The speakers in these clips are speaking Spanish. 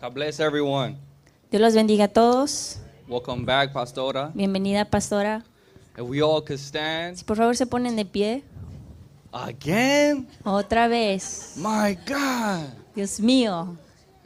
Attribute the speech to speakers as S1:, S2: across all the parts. S1: God bless everyone.
S2: Dios los bendiga a todos.
S1: Welcome back, Pastora.
S2: Bienvenida, pastora.
S1: If we all could
S2: Si
S1: stand
S2: por favor se ponen de pie.
S1: again,
S2: Otra vez.
S1: my God,
S2: Dios mío.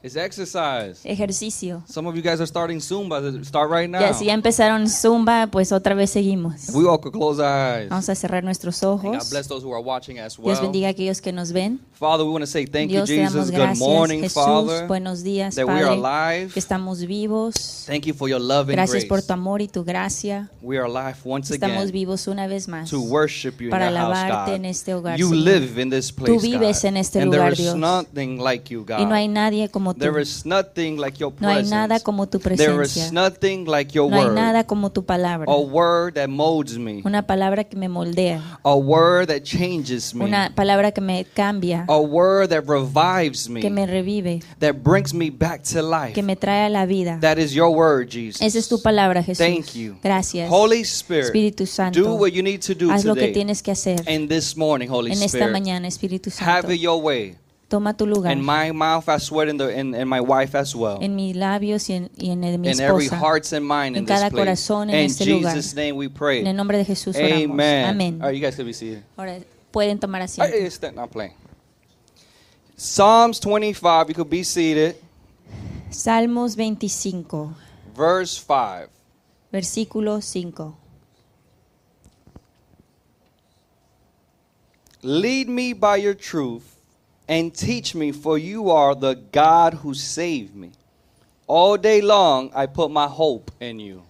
S1: it's exercise.
S2: Ejercicio.
S1: Some of you guys are starting Zumba. Start right now.
S2: Ya, si ya empezaron Zumba, pues otra vez seguimos.
S1: If we all could close our eyes.
S2: Vamos a cerrar nuestros
S1: And
S2: ojos.
S1: God bless those who are watching as
S2: Dios
S1: well.
S2: bendiga a aquellos que nos ven.
S1: Father, we want to say thank you,
S2: Dios te damos
S1: Jesus. Good
S2: gracias,
S1: morning,
S2: Jesús.
S1: Father.
S2: Buenos días,
S1: that we are
S2: Padre.
S1: alive.
S2: Que estamos vivos.
S1: Thank you for your love and
S2: Gracias por
S1: grace.
S2: tu amor y tu gracia.
S1: We are alive once
S2: Estamos
S1: again
S2: vivos una vez más.
S1: to worship you in
S2: para
S1: your house,
S2: alabarte
S1: God.
S2: en este hogar,
S1: you
S2: Señor.
S1: live in this place,
S2: vives
S1: God.
S2: en este
S1: and
S2: lugar,
S1: there is
S2: Dios.
S1: nothing like you, God.
S2: Y no hay nadie como tú.
S1: There is nothing like your
S2: No hay
S1: presence.
S2: nada como tu
S1: There is
S2: presencia.
S1: nothing like your
S2: No hay
S1: word.
S2: nada como tu palabra.
S1: A word that molds me.
S2: Una palabra que me moldea.
S1: A word that changes me.
S2: Una palabra que me cambia.
S1: A word that revives me.
S2: Que me revive.
S1: That brings me back to life.
S2: Que me trae a la vida.
S1: That is your word, Jesus.
S2: Esa es tu palabra, Jesús.
S1: Thank you.
S2: Gracias.
S1: Holy Spirit,
S2: Espíritu Santo,
S1: do what you need to do
S2: Haz lo que
S1: today.
S2: tienes que hacer
S1: and this morning, Holy
S2: en esta
S1: Spirit,
S2: mañana, Espíritu Santo.
S1: have it your way.
S2: Toma tu lugar
S1: In my mouth, I swear, and, the, and, and my wife as well.
S2: en mis labios y en, y en el de mi
S1: in every
S2: esposa.
S1: hearts and mind in
S2: En cada
S1: this place.
S2: corazón en
S1: in
S2: este lugar.
S1: Jesus' name we pray.
S2: En el nombre de Jesús oramos.
S1: Amen.
S2: Amén.
S1: All right, you guys could be seated.
S2: Ahora pueden tomar
S1: All
S2: asiento.
S1: right, it's not playing. Psalms 25, you could be seated.
S2: Salmos 25,
S1: Verse 5.
S2: versículo 5.
S1: Lead me by your truth and teach me, for you are the God who saved me. All day long I put my hope in you.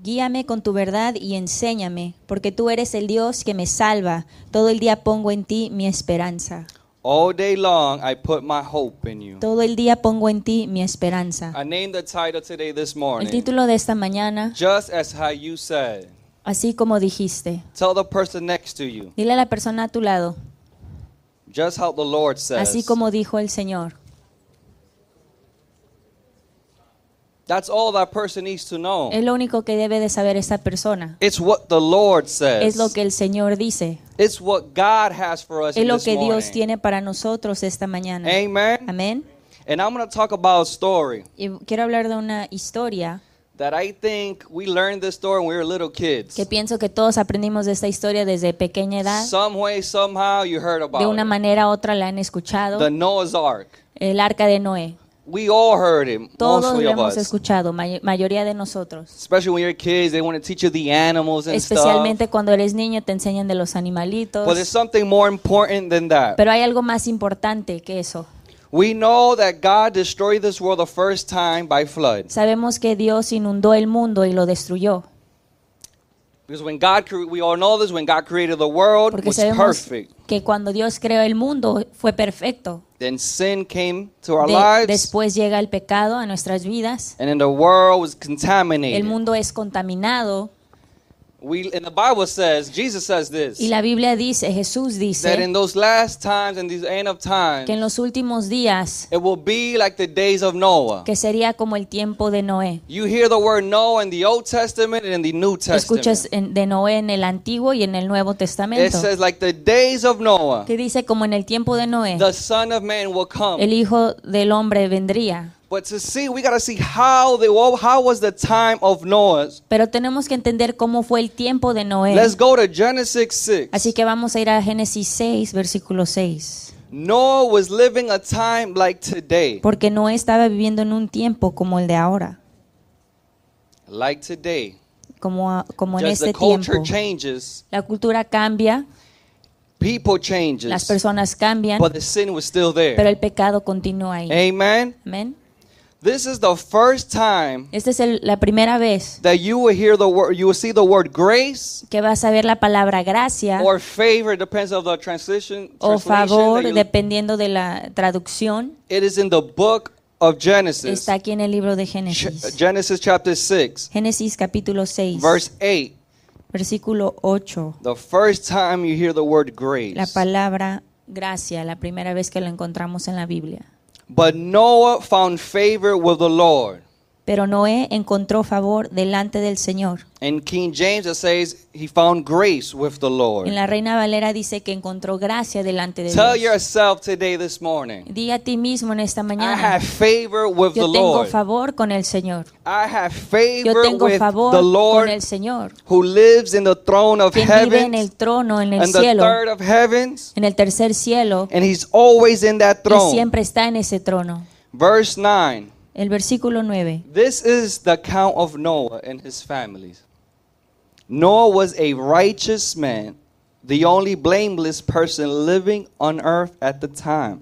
S2: Guíame con tu verdad y enséñame, porque tú eres el Dios que me salva. Todo el día pongo en ti mi esperanza.
S1: All day long I put my hope in you.
S2: Todo el día pongo en ti mi esperanza.
S1: I named the title today this
S2: El
S1: morning.
S2: título de esta mañana,
S1: Just as how you said.
S2: así como dijiste,
S1: Tell the person next to you.
S2: dile a la persona a tu lado,
S1: Just how the Lord says.
S2: así como dijo el Señor.
S1: That's all that person needs to know.
S2: Es lo único que debe de saber esta persona.
S1: It's what the Lord
S2: Es
S1: says.
S2: lo que el Señor dice.
S1: It's what God has for us
S2: Es
S1: in
S2: lo
S1: this
S2: que Dios
S1: morning.
S2: tiene para nosotros esta mañana.
S1: Amen.
S2: Amén.
S1: And I'm going to talk about a story
S2: Y quiero hablar de una historia
S1: that I think we learned this story when we were little kids.
S2: que pienso que todos aprendimos de esta historia desde pequeña edad.
S1: Some way, somehow, you heard about
S2: De una
S1: it.
S2: manera u otra la han escuchado.
S1: the Noah's Ark.
S2: El arca de Noé.
S1: We all heard it,
S2: Todos
S1: mostly
S2: lo
S1: of
S2: hemos
S1: us.
S2: escuchado, may- mayoría de nosotros.
S1: Especially when you're kids, they want to teach you the animals and stuff.
S2: Especialmente cuando eres niño te enseñan de
S1: But
S2: los
S1: there's
S2: animalitos.
S1: something more important than that.
S2: Pero hay algo más importante que eso.
S1: we know that God destroyed this world the first time by flood.
S2: Sabemos que Dios inundó el mundo y lo destruyó.
S1: Because when God, cre- we all know this, when God created the world, it
S2: Porque
S1: was
S2: sabemos
S1: perfect.
S2: que cuando Dios creó el mundo fue perfecto.
S1: Then sin came to our
S2: De-
S1: lives,
S2: después llega el pecado a nuestras vidas.
S1: and then the world was
S2: El
S1: contaminated.
S2: mundo es contaminado.
S1: We and the Bible says, Jesus says this,
S2: Y la Biblia dice, Jesús
S1: that in
S2: dice,
S1: those last times and these end of times,
S2: que en los últimos días,
S1: it will be like the days of Noah.
S2: que sería como el tiempo de Noé.
S1: You hear the word Noah in the Old Testament and in the New Testament.
S2: escuchas en- de Noé en el Antiguo y en el Nuevo
S1: it
S2: Testamento,
S1: says like the days of Noah,
S2: que dice como en el tiempo de Noé,
S1: the Son of Man will come.
S2: el Hijo del Hombre vendría.
S1: but to see, we gotta see how they well, how was the time of Noah's.
S2: Pero tenemos que entender cómo fue el tiempo de Noé.
S1: Let's go to Genesis six.
S2: Así que vamos a ir a Génesis 6, versículo 6.
S1: Noah was living a time like today.
S2: Porque Noé estaba viviendo en un tiempo como el de ahora,
S1: Like today.
S2: como, a- como en
S1: Just the
S2: este
S1: culture
S2: tiempo.
S1: changes,
S2: La cultura cambia,
S1: people
S2: las
S1: changes,
S2: personas cambian,
S1: but the sin was still
S2: pero
S1: there.
S2: el pecado continúa ahí.
S1: Amen.
S2: Amén.
S1: This is the first time
S2: Esta es el- la primera vez
S1: that you will hear the word, you will see the word grace
S2: que vas a ver la palabra gracia
S1: or favor, depends on the translation. translation that
S2: o favor,
S1: you-
S2: dependiendo de la traducción,
S1: it is in the book of Genesis,
S2: está aquí en el libro de
S1: Ch-
S2: Génesis.
S1: Genesis chapter 6,
S2: Génesis capítulo 6,
S1: verse 8.
S2: versículo 8.
S1: The first time you hear the word
S2: La
S1: grace.
S2: palabra gracia, la primera vez que la encontramos en la Biblia.
S1: But Noah found favor with the Lord.
S2: Pero Noé encontró favor delante del Señor.
S1: In King James, it says he found grace with the Lord.
S2: En la Reina Valera dice que encontró gracia delante de
S1: Tell
S2: Dios.
S1: yourself today, this morning,
S2: Di a ti mismo en esta
S1: I
S2: mañana,
S1: have favor with the
S2: yo tengo
S1: Lord.
S2: favor con el Señor.
S1: I have
S2: Yo
S1: favor
S2: tengo
S1: with
S2: favor
S1: the
S2: con el
S1: Lord
S2: Señor,
S1: who lives in the throne of
S2: quien vive en
S1: heaven
S2: el trono, en el
S1: and the
S2: cielo,
S1: third of heavens,
S2: en el tercer cielo,
S1: and he's always in that
S2: y
S1: throne.
S2: siempre está en ese trono.
S1: Verse 9.
S2: El versículo 9.
S1: This is the account of Noah and his families. Noah was a righteous man, the only blameless person living on earth at the time,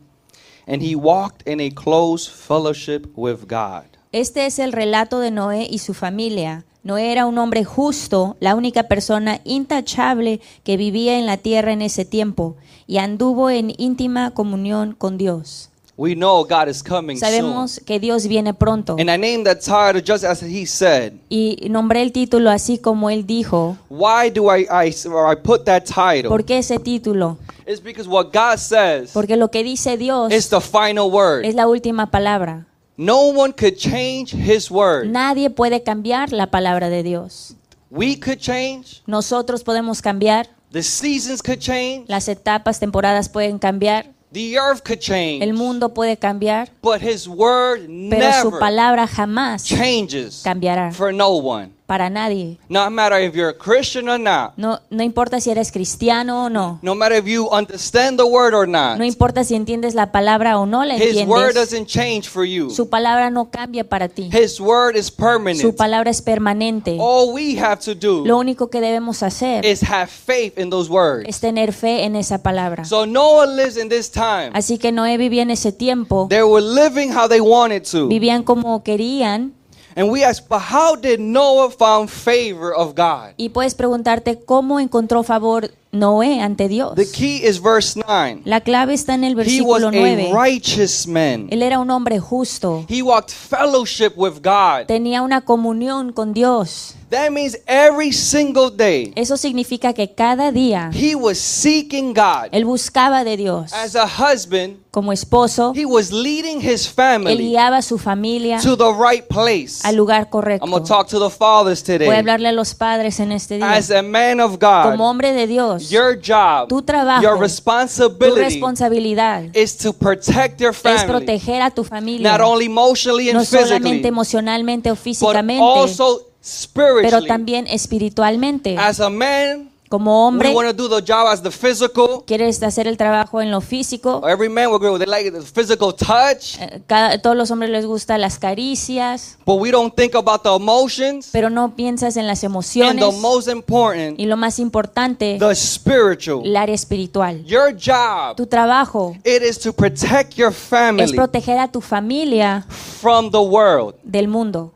S1: and he walked in a close fellowship with God.
S2: Este es el relato de Noé y su familia. Noé era un hombre justo, la única persona intachable que vivía en la tierra en ese tiempo, y anduvo en íntima comunión con Dios.
S1: We know God is coming
S2: Sabemos que Dios viene pronto.
S1: soon. And I named that title just as he said.
S2: Y nombré el título así como él dijo.
S1: Why do I, I, or I put that title?
S2: ¿Por qué ese título?
S1: It's because what God says
S2: Porque lo que dice Dios
S1: is the final
S2: es
S1: word.
S2: la última palabra.
S1: No one could change his word.
S2: Nadie puede cambiar la palabra de Dios.
S1: We could change,
S2: Nosotros podemos cambiar,
S1: the seasons could change,
S2: las etapas, temporadas pueden cambiar,
S1: The earth could change,
S2: el mundo puede cambiar,
S1: but his word
S2: pero su
S1: never
S2: palabra jamás
S1: changes
S2: cambiará
S1: for no one.
S2: para nadie.
S1: No matter if you're a Christian or not,
S2: No, no importa si eres cristiano o no,
S1: no matter if you understand the word or not,
S2: no importa si entiendes la palabra o no la
S1: his word
S2: entiendes,
S1: doesn't change for you.
S2: su palabra no cambia para ti,
S1: His word is
S2: su
S1: permanent.
S2: palabra es permanente.
S1: All we have to
S2: Lo
S1: do
S2: único que debemos hacer
S1: is have faith in those words.
S2: es tener fe en esa palabra.
S1: So Noah lives in this time.
S2: Así que Noé vivía en ese tiempo,
S1: They were living how they wanted to.
S2: vivían como querían,
S1: And we ask, but how did Noah found favor of God?
S2: Y puedes preguntarte cómo encontró favor Noé ante Dios.
S1: The key is verse 9.
S2: La clave está en el
S1: He was
S2: versículo
S1: a
S2: 9.
S1: righteous man.
S2: Él era un hombre justo.
S1: He walked fellowship with God.
S2: Tenía una comunión con Dios.
S1: That means every single day
S2: Eso significa que cada día
S1: he was seeking God.
S2: él buscaba de Dios.
S1: As a husband,
S2: Como esposo,
S1: he was leading his
S2: él
S1: family
S2: guiaba a su familia
S1: to the right place.
S2: al lugar correcto.
S1: I'm going to talk to the fathers
S2: Voy a
S1: today.
S2: hablarle a los padres en este día.
S1: As a man of
S2: Como
S1: God,
S2: hombre de Dios,
S1: your job,
S2: Tu trabajo,
S1: your
S2: tu
S1: responsibility
S2: responsabilidad
S1: is to protect your
S2: es
S1: family,
S2: proteger a tu familia,
S1: not only emotionally
S2: no
S1: and
S2: solamente
S1: physically,
S2: emocionalmente o
S1: but
S2: físicamente,
S1: also
S2: pero
S1: spiritually.
S2: también espiritualmente.
S1: As a man,
S2: Como
S1: we
S2: hombre,
S1: want to do the job as the physical.
S2: quieres hacer el trabajo en lo físico.
S1: Every man will agree. They like the physical touch,
S2: eh, cada- todos los hombres les gustan las caricias,
S1: but we don't think about the emotions
S2: pero no piensas en las
S1: and the
S2: emociones
S1: most important,
S2: y lo más importante,
S1: the spiritual.
S2: el área espiritual.
S1: Your job
S2: Tu trabajo
S1: it is to protect your
S2: es
S1: family
S2: proteger a tu familia
S1: from the world.
S2: del mundo.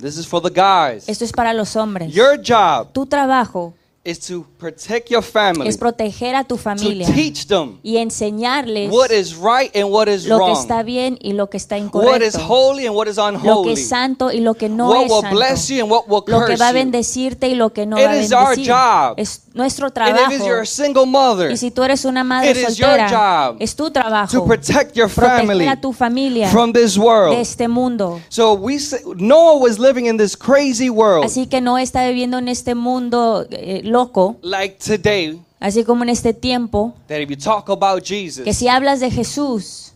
S1: This is for the guys.
S2: Esto es para los hombres.
S1: Your job
S2: Tu trabajo
S1: is to protect your family,
S2: es proteger a tu
S1: to
S2: familia
S1: teach them
S2: y enseñarles
S1: what is right and what is
S2: lo que
S1: wrong,
S2: está bien y lo que está
S1: what is
S2: incorrecto,
S1: holy and what is
S2: lo que
S1: unholy,
S2: es santo y lo que no
S1: what
S2: es
S1: will
S2: santo.
S1: bless you and what will
S2: lo que
S1: curse
S2: va a
S1: you.
S2: bendecirte y lo que no
S1: It
S2: va a
S1: is our
S2: bendecir.
S1: job.
S2: Es nuestro
S1: And if you're
S2: trabajo.
S1: a single mother,
S2: Y si tú eres una
S1: It
S2: madre
S1: is
S2: soltera,
S1: your job
S2: es tu
S1: to
S2: trabajo
S1: protect your family
S2: proteger a tu familia
S1: from this
S2: de
S1: world.
S2: este mundo.
S1: So we say, Noah was living in this crazy world
S2: Así que no está viviendo en este mundo eh, loco,
S1: like today
S2: así como en este tiempo,
S1: that if you talk about
S2: que
S1: Jesus,
S2: si hablas de Jesús,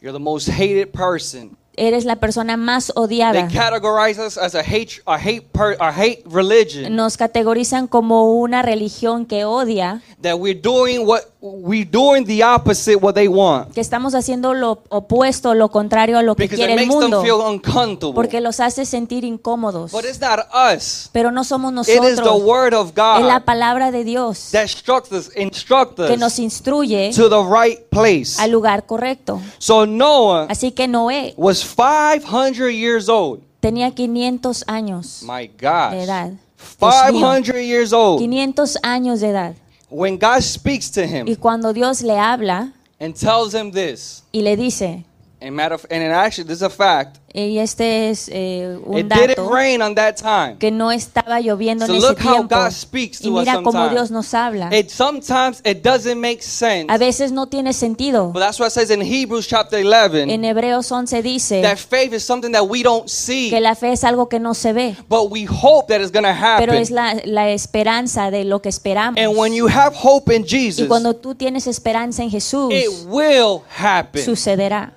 S1: you're the most hated person.
S2: eres la persona más
S1: They
S2: odiada.
S1: categorize us as a hate a hate per, a hate religion
S2: Nos categorizan como una religión que odia,
S1: that we're doing what we're doing the opposite what they want
S2: que estamos haciendo lo opuesto, lo contrario a lo que
S1: because it
S2: quiere el
S1: makes them
S2: mundo,
S1: feel uncomfortable.
S2: porque los hace sentir incómodos.
S1: But it's not us.
S2: pero no somos
S1: It is the
S2: nosotros.
S1: word of
S2: Es la
S1: God
S2: palabra de Dios
S1: that instructs us, instruct
S2: que nos
S1: us
S2: instruye
S1: to the right place.
S2: al lugar correcto.
S1: So Noah
S2: Así que Noé
S1: was 500 years old.
S2: tenía 500 años
S1: My
S2: de
S1: gosh.
S2: edad. Dios mío,
S1: 500 years old.
S2: 500 años de edad.
S1: When God speaks to
S2: Y
S1: him
S2: cuando Dios le habla
S1: and tells him this
S2: y le dice,
S1: And matter of, and it actually, this is a fact.
S2: Y este es eh, un
S1: It didn't
S2: dato
S1: rain on that time.
S2: que no estaba lloviendo
S1: So
S2: en ese
S1: look how
S2: tiempo.
S1: God speaks to
S2: Y
S1: us
S2: mira cómo
S1: sometimes.
S2: Dios nos habla.
S1: It sometimes it doesn't make sense.
S2: A veces no tiene sentido.
S1: But that's why it says in Hebrews chapter 11
S2: En Hebreos 11 dice
S1: that faith is something that we don't
S2: que
S1: see,
S2: la fe es algo que no se ve,
S1: but we hope that it's going to
S2: pero
S1: happen.
S2: es la, la esperanza de lo que esperamos.
S1: And when you have hope in
S2: Y
S1: Jesus,
S2: cuando tú tienes esperanza en Jesús,
S1: it will happen.
S2: sucederá.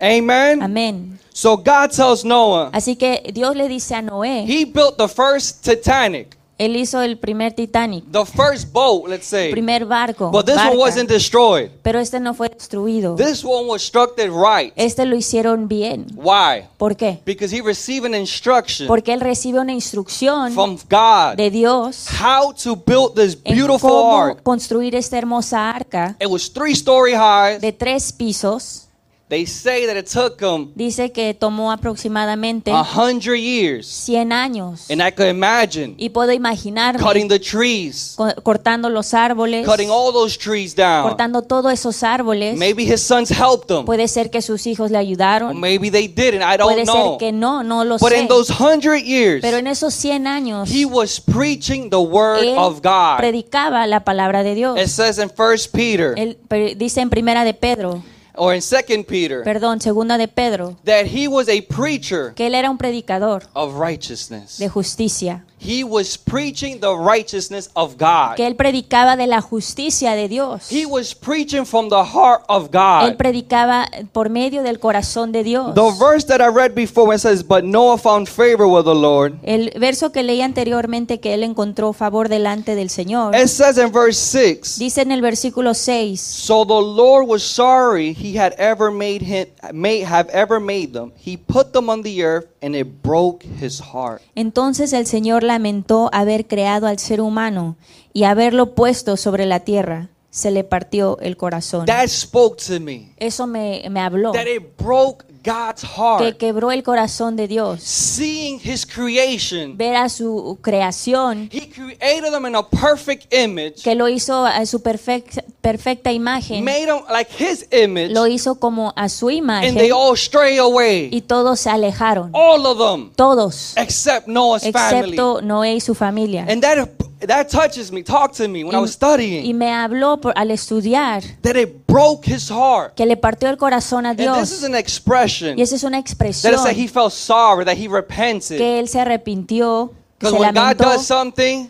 S1: Amen.
S2: Amén.
S1: So God tells Noah,
S2: Así que Dios le dice a Noé,
S1: he built the first Titanic,
S2: él hizo el primer Titanic,
S1: the first boat, let's
S2: el
S1: say.
S2: primer barco,
S1: But this one
S2: barca,
S1: wasn't destroyed.
S2: pero este no fue destruido.
S1: This one was structured right.
S2: Este lo hicieron bien.
S1: Why?
S2: ¿Por qué?
S1: Because he received an instruction
S2: Porque él recibe una instrucción
S1: from God
S2: de Dios
S1: how to build this
S2: en
S1: beautiful
S2: cómo
S1: ark.
S2: construir esta hermosa arca
S1: It was three story high.
S2: de tres pisos.
S1: They say that it took him
S2: Dice que tomó aproximadamente
S1: a hundred years.
S2: 100 años.
S1: And I could imagine
S2: Y puedo imaginar
S1: cutting the trees,
S2: cortando los árboles,
S1: cutting all those trees down.
S2: cortando todos esos árboles.
S1: Maybe his sons helped him.
S2: Puede ser que sus hijos le
S1: Or
S2: ayudaron.
S1: maybe they didn't. I
S2: Puede
S1: don't
S2: ser
S1: know.
S2: que no, no lo
S1: But
S2: sé.
S1: in those hundred years,
S2: Pero en esos 100 años,
S1: he was preaching the word
S2: él
S1: of God.
S2: predicaba la palabra de Dios.
S1: It says in First Peter
S2: Él pre- dice en primera de Pedro,
S1: or in Second Peter
S2: perdón, segunda de Pedro,
S1: that he was a preacher
S2: que él era un predicador
S1: of righteousness.
S2: de justicia,
S1: He was preaching the righteousness of God.
S2: que él predicaba de la justicia de Dios.
S1: He was preaching from the heart of
S2: Él
S1: God.
S2: predicaba por medio del corazón de Dios.
S1: The verse that I read before when it says, But Noah found favor with the Lord,
S2: El verso que leí anteriormente que él encontró favor delante del Señor,
S1: it says in verse 6,
S2: dice en el versículo 6,
S1: So the Lord was sorry he had ever made him may have ever made them. He put them on the earth and it broke his heart.
S2: Entonces el Señor lamentó haber creado al ser humano y haberlo puesto sobre la tierra. Se le partió el corazón.
S1: That spoke to me.
S2: Eso me, me habló,
S1: That it broke God's
S2: Oh. que
S1: heart.
S2: quebró el corazón de Dios.
S1: Seeing his creation.
S2: Ver a su creación,
S1: He created them in a perfect image.
S2: que lo hizo a su perfec- perfecta imagen,
S1: Made them like his image.
S2: lo hizo como a su
S1: And
S2: imagen
S1: they all stray
S2: y
S1: away.
S2: todos se alejaron,
S1: All of them.
S2: todos,
S1: Except Noah's family.
S2: excepto Noé y su familia.
S1: And that that touches me. Talk to me when I was
S2: Y, y
S1: studying.
S2: me habló por- al estudiar
S1: That it broke his heart.
S2: que le partió el corazón a
S1: And this is
S2: Dios.
S1: an expression.
S2: Y esa es una
S1: That
S2: expresión.
S1: is that he felt sorry, that he repented.
S2: que él se arrepintió, que
S1: Because
S2: se
S1: when God
S2: lamentó,
S1: does something,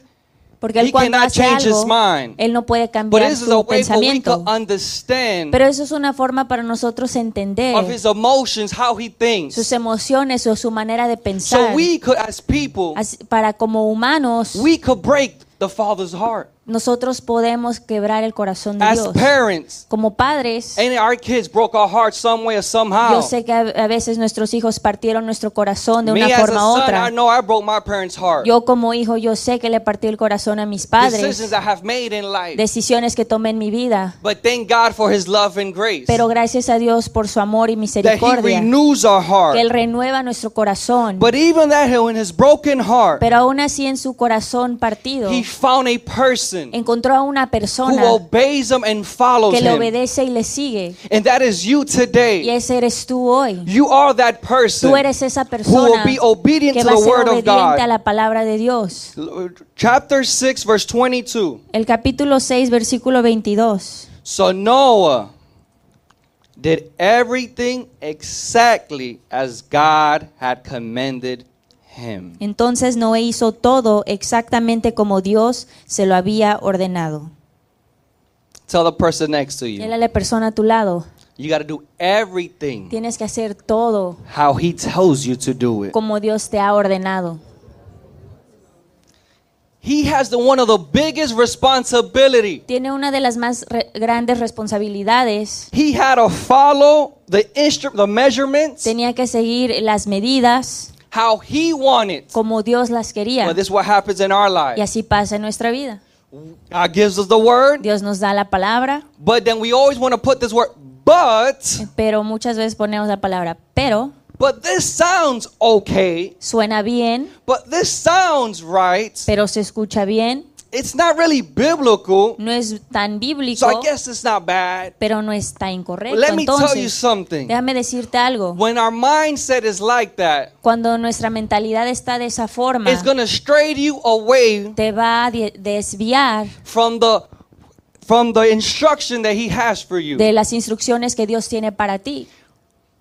S2: porque
S1: he
S2: él cuando
S1: cannot
S2: hace
S1: change his
S2: algo,
S1: mind.
S2: él no puede
S1: but
S2: cambiar
S1: this is a
S2: su
S1: way for we
S2: pensamiento.
S1: to understand
S2: Pero eso es una forma para nosotros entender
S1: of his emotions, how he thinks.
S2: sus emociones o su manera de pensar.
S1: So we could, as people,
S2: Así- para como humanos,
S1: we could break the father's heart.
S2: nosotros podemos quebrar el corazón de
S1: As
S2: Dios.
S1: parents,
S2: Como padres,
S1: and our kids broke our heart some way or somehow.
S2: yo sé que a a veces nuestros hijos partieron nuestro corazón de
S1: Me
S2: una
S1: as a
S2: forma u
S1: son, I
S2: otra.
S1: know I broke my parents' heart.
S2: Yo como hijo, yo sé que le partí el corazón a mis padres,
S1: Decisions I have made in life.
S2: decisiones que tomé en mi vida.
S1: But thank God for His love and grace.
S2: Pero gracias a Dios por su amor y
S1: that He
S2: misericordia,
S1: renews our
S2: que Él
S1: heart.
S2: renueva nuestro corazón.
S1: But even that, in His broken heart,
S2: Pero aún así en su corazón partido,
S1: He found a person
S2: encontró a una persona
S1: who obeys Him and follows
S2: que le
S1: Him.
S2: obedece y le sigue.
S1: And that is you
S2: Y
S1: today.
S2: ese eres tú hoy.
S1: You are that person
S2: Tú eres esa
S1: who will
S2: persona
S1: be obedient
S2: que
S1: to
S2: va a
S1: the
S2: ser
S1: Word of
S2: obediente a
S1: God.
S2: la palabra de Dios.
S1: L- Chapter 6, verse 22.
S2: El capítulo 6, versículo 22.
S1: So Noah did everything exactly as God had commanded him.
S2: Entonces Noé hizo todo exactamente como Dios se lo había ordenado.
S1: Tell the person next to
S2: Dile
S1: you,
S2: a la persona a tu lado,
S1: you got to do everything
S2: tienes que hacer todo
S1: how he tells you to do it.
S2: como Dios te ha ordenado.
S1: He has the one of the biggest responsibility.
S2: tiene una de las más re- grandes responsabilidades.
S1: He had to follow the instrument, the measurements,
S2: Tenía que seguir las medidas
S1: how he wanted.
S2: como Dios las quería.
S1: Well, this is what happens in our
S2: Y
S1: lives.
S2: así pasa en nuestra vida.
S1: God gives us the word,
S2: Dios nos da la palabra,
S1: but then we always want to put this word, but,
S2: pero muchas veces ponemos la palabra, pero
S1: but this sounds okay.
S2: suena bien,
S1: But this sounds right,
S2: pero se escucha bien,
S1: it's not really biblical,
S2: No es tan bíblico,
S1: so I guess it's not bad.
S2: pero no está incorrecto.
S1: But let me tell you
S2: Entonces,
S1: something.
S2: déjame decirte algo.
S1: When our mindset is like that,
S2: Cuando nuestra mentalidad está de esa forma,
S1: it's going to stray you away
S2: te va a de- desviar
S1: from the from the instruction that he has for you.
S2: de las instrucciones que Dios tiene para ti.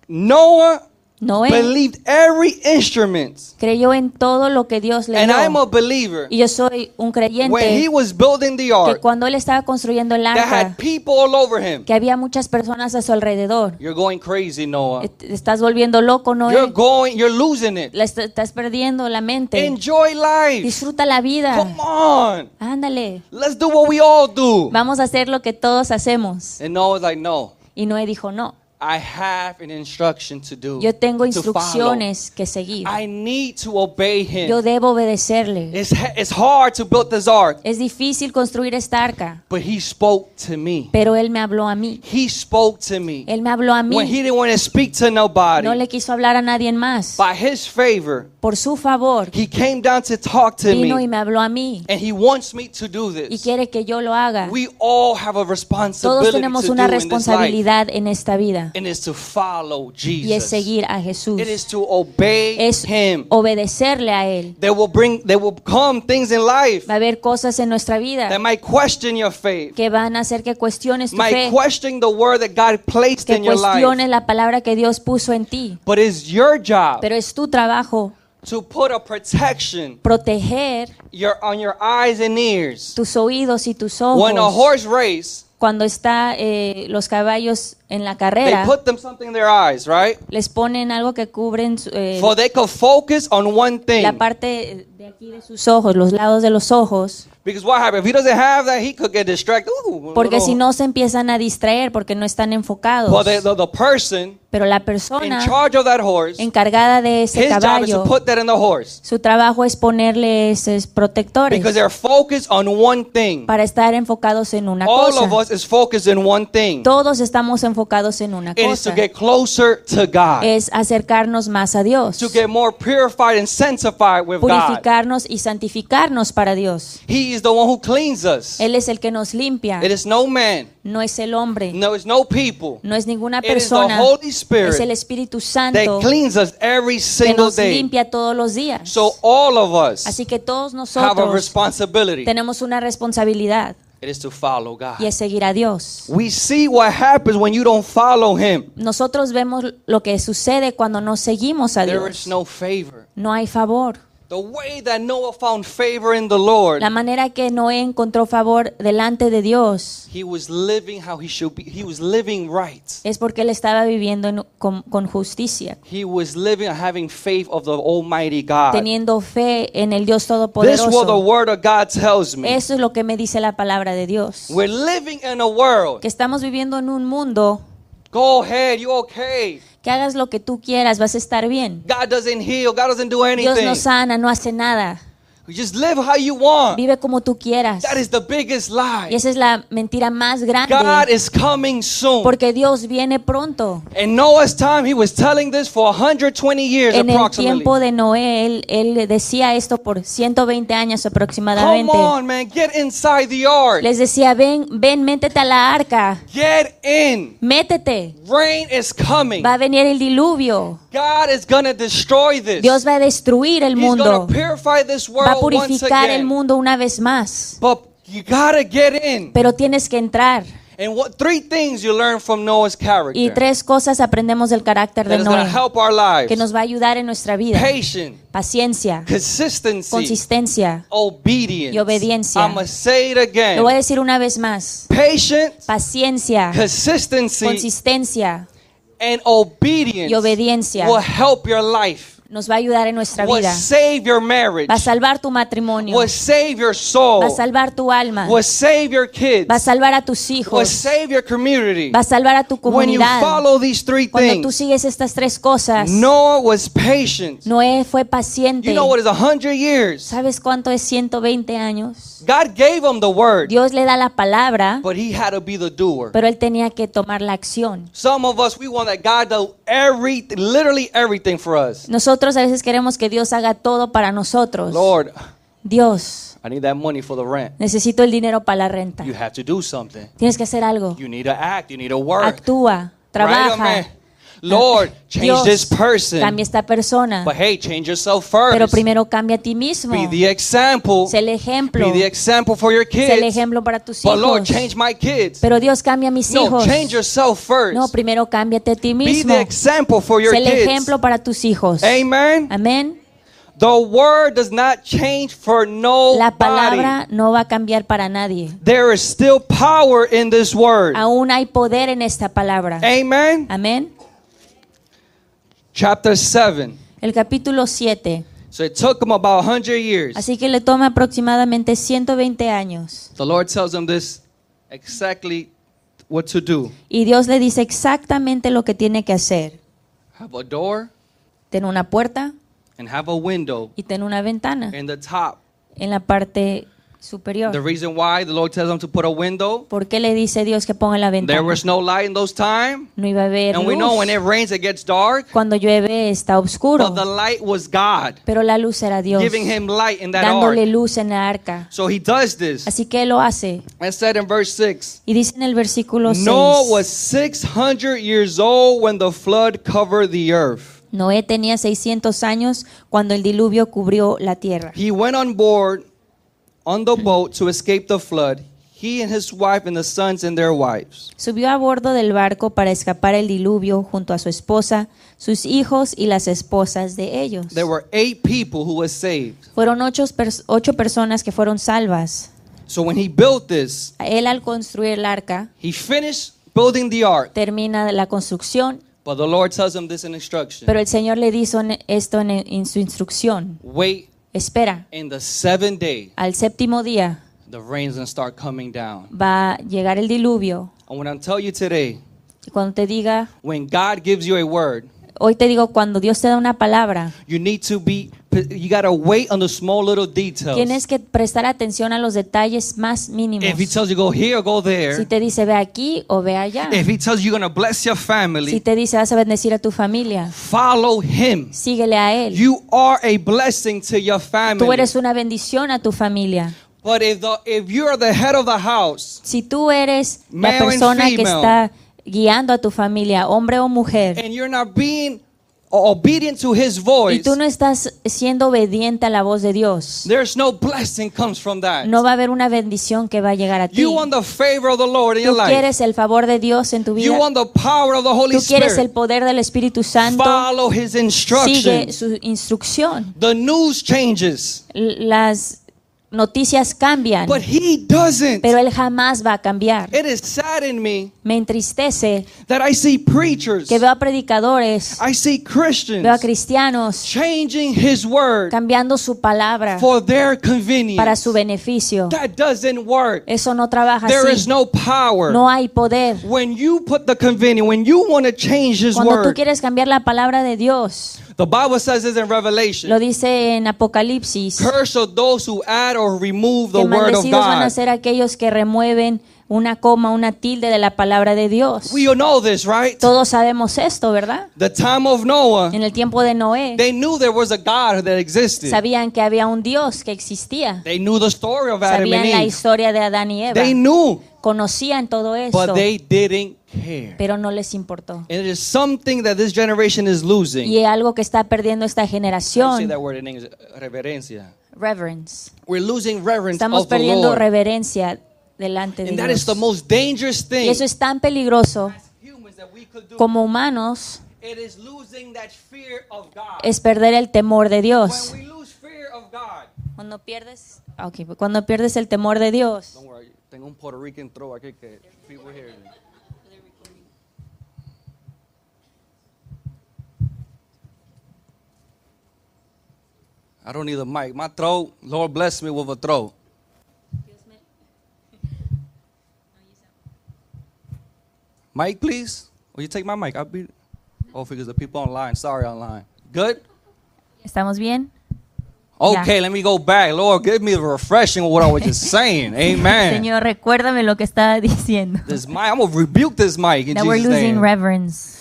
S1: Noah
S2: Noé
S1: believed every instrument,
S2: creyó en todo lo que Dios le
S1: and I'm a
S2: dio.
S1: believer.
S2: Y yo soy un
S1: When he
S2: creyente
S1: was building the
S2: que
S1: ark,
S2: cuando él estaba construyendo el
S1: that had
S2: arca,
S1: people all over him.
S2: que había muchas personas a su alrededor.
S1: You're going crazy, Noah.
S2: Te Estás volviendo loco,
S1: You're
S2: Noé.
S1: going, you're losing it.
S2: La est- estás perdiendo la mente.
S1: Enjoy life.
S2: Disfruta la vida.
S1: Come on.
S2: Ándale.
S1: Let's do what we all do.
S2: Vamos a hacer lo que todos hacemos.
S1: And Noah's like, no,
S2: Y Noé dijo, no,
S1: I have an instruction to do.
S2: yo tengo
S1: to follow.
S2: instrucciones que seguir.
S1: I need to obey
S2: Yo
S1: him.
S2: debo obedecerle.
S1: It's, it's hard to build this ark,
S2: Es difícil construir esta arca,
S1: but he spoke to me.
S2: pero él me habló a mí.
S1: He spoke to me.
S2: Él me habló a
S1: When
S2: mí.
S1: he didn't want to speak to nobody,
S2: No le quiso hablar a nadie más.
S1: by his favor,
S2: Por su favor,
S1: he came down to talk to
S2: vino y
S1: me.
S2: me habló a mí
S1: And he wants me to do
S2: y
S1: this.
S2: quiere que yo lo haga.
S1: We all have a
S2: Todos
S1: responsibility
S2: tenemos
S1: to
S2: una
S1: do in this life,
S2: responsabilidad en esta vida
S1: and it's to follow
S2: y es
S1: Jesus.
S2: seguir a Jesús.
S1: It is to obey
S2: Es
S1: Him.
S2: obedecerle a Él.
S1: There will bring, there will come things in life
S2: Va a haber cosas en nuestra
S1: that
S2: vida
S1: might question your faith,
S2: que van a hacer que cuestiones tu
S1: might
S2: fe,
S1: question the word that God placed
S2: que
S1: in your life.
S2: cuestiones la palabra que Dios puso en ti.
S1: But it's your job
S2: Pero es tu trabajo
S1: to put a protection
S2: proteger
S1: your, on your eyes and ears.
S2: tus oídos y tus
S1: When a
S2: ojos.
S1: horse race,
S2: Cuando está eh, los caballos en la
S1: they
S2: carrera,
S1: put them something in their eyes, right?
S2: les ponen algo que cubren su- eh,
S1: For they can focus on one
S2: la
S1: thing.
S2: parte de aquí de sus ojos, los lados de los ojos,
S1: Because what happens if he doesn't have that, he could get distracted. Ooh,
S2: porque
S1: little-
S2: si no se empiezan a distraer porque no están
S1: Oh. Well,
S2: enfocados.
S1: the, the, the person
S2: Pero la
S1: in
S2: persona
S1: charge of that horse,
S2: encargada de ese
S1: his job is to
S2: caballo,
S1: put that in the horse
S2: su trabajo es ponerle esos protectores
S1: because they're focused on one thing.
S2: para estar enfocados en una
S1: All of
S2: cosa.
S1: us is focused in one thing.
S2: Todos estamos enfocados en una
S1: It is to
S2: cosa.
S1: get closer to God,
S2: Es acercarnos más a Dios,
S1: to get more purified and sanctified with God.
S2: purificarnos y santificarnos para Dios.
S1: He is the one who cleans us.
S2: Él es el que nos limpia,
S1: It is no man,
S2: no es el hombre,
S1: no, it's no people.
S2: no es ninguna
S1: It is the
S2: persona,
S1: Holy
S2: es
S1: Spirit
S2: el Espíritu
S1: that
S2: Santo
S1: cleans us every
S2: que
S1: single
S2: nos
S1: day.
S2: limpia todos los días.
S1: So all of us
S2: Así que todos
S1: have a
S2: nosotros
S1: responsibility.
S2: tenemos una responsabilidad
S1: It is to follow God.
S2: y es seguir a Dios.
S1: We see what happens when you don't follow Him.
S2: Nosotros vemos lo que sucede cuando no seguimos a
S1: There is
S2: Dios.
S1: no favor.
S2: No hay favor.
S1: The way that Noah found favor in the Lord,
S2: La manera que Noé encontró favor delante de Dios
S1: he was living how he should be. He was living right.
S2: es porque él estaba viviendo en- con, con justicia,
S1: He was living having faith of the Almighty God.
S2: teniendo fe en el Dios
S1: Ah, This is what the
S2: Todopoderoso.
S1: Word of God tells me.
S2: Eso es lo que me dice la palabra de Dios.
S1: We're living in a world.
S2: Que estamos viviendo en un mundo
S1: Go ahead, you okay.
S2: que hagas lo que tú quieras, vas a estar bien.
S1: God doesn't heal, God doesn't do
S2: Dios no
S1: anything.
S2: sana, no hace nada.
S1: Just live how you want.
S2: Vive como tú quieras.
S1: That is the biggest
S2: Y
S1: lie.
S2: esa es la mentira más
S1: God
S2: grande.
S1: is coming soon.
S2: Porque Dios viene pronto.
S1: In Noah's time, he was telling this for 120 years
S2: En el
S1: approximately.
S2: tiempo de Noé, él, él decía esto por 120 años
S1: Come
S2: aproximadamente.
S1: on, man, get inside the ark.
S2: Les decía, ven, ven, métete a la arca,
S1: Get in.
S2: métete.
S1: Rain is coming.
S2: Va a venir el diluvio.
S1: God is gonna destroy this.
S2: Dios va a destruir el
S1: He's
S2: mundo.
S1: gonna purify this
S2: Va a
S1: world once
S2: purificar el
S1: again.
S2: mundo una vez más.
S1: But you gotta get in.
S2: Pero tienes que entrar.
S1: And what three things you learn from Noah's
S2: Y
S1: character
S2: tres cosas aprendemos del carácter de
S1: that is gonna
S2: Noé
S1: help our lives:
S2: que nos va a ayudar en nuestra vida.
S1: patience,
S2: Paciencia,
S1: consistency,
S2: consistencia.
S1: obedience.
S2: y obediencia.
S1: I'm gonna say it
S2: Lo voy
S1: again:
S2: a decir una vez más.
S1: patience,
S2: Paciencia,
S1: consistency,
S2: consistencia
S1: and obedience
S2: y obediencia
S1: will help your life,
S2: nos va a ayudar en nuestra
S1: will
S2: vida.
S1: save your marriage,
S2: Va a salvar tu matrimonio.
S1: will save your
S2: Va a
S1: soul,
S2: salvar tu alma.
S1: will save your kids,
S2: Va a salvar a tus
S1: will
S2: hijos.
S1: save your community.
S2: Va a salvar a tu
S1: When you
S2: comunidad.
S1: follow these three
S2: Cuando tú
S1: things,
S2: sigues estas tres cosas,
S1: Noah was patient.
S2: Noé fue
S1: You
S2: paciente.
S1: know what is a hundred years?
S2: ¿Sabes cuánto es 120 años?
S1: God gave him the word,
S2: Dios le da la palabra,
S1: but he had to be the doer.
S2: pero él tenía que tomar la acción.
S1: Some of us we want that God do every, literally everything for us.
S2: Nosotros a veces queremos que Dios haga todo para nosotros.
S1: Lord,
S2: Dios,
S1: I need that money for the rent.
S2: necesito el dinero para la renta.
S1: You have to do something.
S2: Tienes que hacer algo.
S1: You need to act. You need to work.
S2: Actúa,
S1: Right,
S2: trabaja. Ah,
S1: amen. Lord, change
S2: Dios,
S1: this person.
S2: Cambia esta persona.
S1: But hey, change yourself first.
S2: Pero primero cambia a ti mismo.
S1: Be the example.
S2: Sé el ejemplo.
S1: Be the
S2: Sé
S1: example for your kids.
S2: el ejemplo para tus
S1: But Lord, change
S2: hijos.
S1: my kids.
S2: Pero Dios cambia a mis
S1: no,
S2: hijos.
S1: change yourself first.
S2: No, primero cámbiate a ti
S1: Be
S2: mismo.
S1: the example for your
S2: Sé el
S1: kids.
S2: ejemplo para tus hijos.
S1: Amen.
S2: Amén.
S1: The word does not change for nobody.
S2: La palabra no va a cambiar para nadie.
S1: There is still power in this word.
S2: Aún hay poder en esta palabra.
S1: Amen.
S2: Amén.
S1: Chapter 7.
S2: El capítulo 7.
S1: So it took him about 100 years.
S2: Así que le toma aproximadamente 120 años.
S1: The Lord tells him this exactly what to do.
S2: Y Dios le dice exactamente lo que tiene que hacer.
S1: Have a door
S2: Ten una puerta
S1: and have a window
S2: y ten una ventana
S1: in the top.
S2: en la parte
S1: The
S2: superior.
S1: reason why the Lord tells him to put a window,
S2: ¿Por qué le dice Dios que ponga la
S1: there
S2: ventana?
S1: was no light in those time.
S2: No iba a haber
S1: And we know when it
S2: luz.
S1: rains it gets dark,
S2: Cuando llueve está
S1: but
S2: oscuro,
S1: the light was God
S2: pero la luz era Dios,
S1: giving him light in that
S2: dándole
S1: ark.
S2: luz en la arca.
S1: So he does this.
S2: Así que él lo hace.
S1: And said in verse 6,
S2: Y dice en el versículo 6,
S1: Noah was 600 years old when the flood covered the earth.
S2: Noé tenía 600 años cuando el diluvio cubrió la tierra.
S1: He went on board on the boat to escape the flood, he and his wife and the sons and their wives.
S2: Subió a bordo del barco para escapar el diluvio junto a su esposa, sus hijos y las esposas de ellos.
S1: There were eight people who were saved.
S2: Fueron ocho, pers- ocho personas que fueron salvas.
S1: So when he built this,
S2: Él al construir el arca
S1: he finished building the ark.
S2: termina la construcción,
S1: But the Lord tells him this in instruction.
S2: pero el Señor le dijo en- e-, esto en, en su instrucción.
S1: Wait
S2: Espera,
S1: in the seventh day,
S2: al séptimo día
S1: the rain's gonna start coming down.
S2: va a llegar el diluvio.
S1: And what I'm telling you today,
S2: Y cuando te diga,
S1: when God gives you a word,
S2: hoy te digo, cuando Dios te da una palabra,
S1: you need to be you gotta wait on the small little details.
S2: tienes que prestar atención a los detalles más mínimos.
S1: If he tells you go here, go
S2: Si
S1: there.
S2: te dice ve aquí o ve allá.
S1: If he tells you you're gonna bless your
S2: Si
S1: family,
S2: te dice vas a bendecir a tu familia,
S1: follow him.
S2: síguele a él.
S1: You are a blessing to your
S2: Tú
S1: family.
S2: eres una bendición a tu familia.
S1: But if the if you are the head of the house
S2: Si tú eres la
S1: Male and
S2: persona que
S1: female.
S2: está guiando a tu familia, hombre o mujer,
S1: and you're not being obedient to his
S2: y
S1: voice,
S2: tú no estás siendo obediente a la voz de Dios,
S1: there's no blessing comes from that.
S2: no va a haber una bendición que va a llegar a ti.
S1: You want the favor of the Lord in your
S2: Tú
S1: life.
S2: quieres el favor de Dios en tu
S1: You
S2: vida.
S1: want the power of the Holy
S2: Tú quieres el
S1: Spirit.
S2: poder del Espíritu Santo.
S1: Follow his
S2: Sigue
S1: instructions.
S2: su instrucción.
S1: The news changes,
S2: L- Las noticias cambian,
S1: but he doesn't.
S2: pero él jamás va a cambiar.
S1: It is sad in me
S2: Me entristece
S1: that I see preachers,
S2: que veo a predicadores,
S1: I see Christians
S2: veo a cristianos
S1: changing his word
S2: cambiando su palabra
S1: for their
S2: para
S1: convenience.
S2: su beneficio.
S1: That doesn't work.
S2: Eso no trabaja
S1: There is
S2: así.
S1: no power.
S2: No hay poder.
S1: When you put the convenience, when you want to change his
S2: Cuando tú
S1: word,
S2: quieres cambiar la palabra de Dios,
S1: the Bible says this in
S2: lo
S1: Revelation.
S2: dice en Apocalipsis,
S1: Curse are those who add or remove the
S2: que
S1: word of
S2: maldecidos van a
S1: God.
S2: ser aquellos que remueven una coma, una tilde de la palabra de Dios.
S1: We all know this, right?
S2: Todos sabemos esto, ¿verdad?
S1: The time of Noah,
S2: En el tiempo de Noé,
S1: they knew there was a God that existed.
S2: sabían que había un Dios que existía.
S1: They knew the story of Adam
S2: Sabían la
S1: and Eve.
S2: historia de Adán y Eva.
S1: They knew,
S2: Conocían todo
S1: but
S2: esto,
S1: they didn't care.
S2: pero no les importó.
S1: And it is something that this generation is losing.
S2: Y algo que está perdiendo esta
S1: I say
S2: generación,
S1: that word in English, reverencia.
S2: reverence.
S1: We're losing reverence
S2: Estamos
S1: of the
S2: perdiendo
S1: Lord.
S2: reverencia delante de
S1: and that is the
S2: Dios.
S1: most dangerous thing
S2: Y eso es tan peligroso
S1: as humans that we could do.
S2: como humanos
S1: It is losing that fear of God.
S2: es perder el temor de Dios.
S1: When we lose fear of God,
S2: Cuando pierdes, ok, cuando pierdes el temor de Dios,
S1: don't worry, tengo un Puerto Rican throw aquí que people hear me. I don't need a mic. My throat, Lord bless me with a throat. Mic, please. Will you take my mic? I'll be. Oh, because the people online. Sorry, online. Good.
S2: ¿estamos bien?
S1: Okay, let me go back. Lord, give me a refreshing of what I was just saying. Amen.
S2: Señor, recuérdame lo que estaba diciendo.
S1: This mic, I'm gonna rebuke this mic in
S2: That we're
S1: Jesus'
S2: losing
S1: name.
S2: reverence.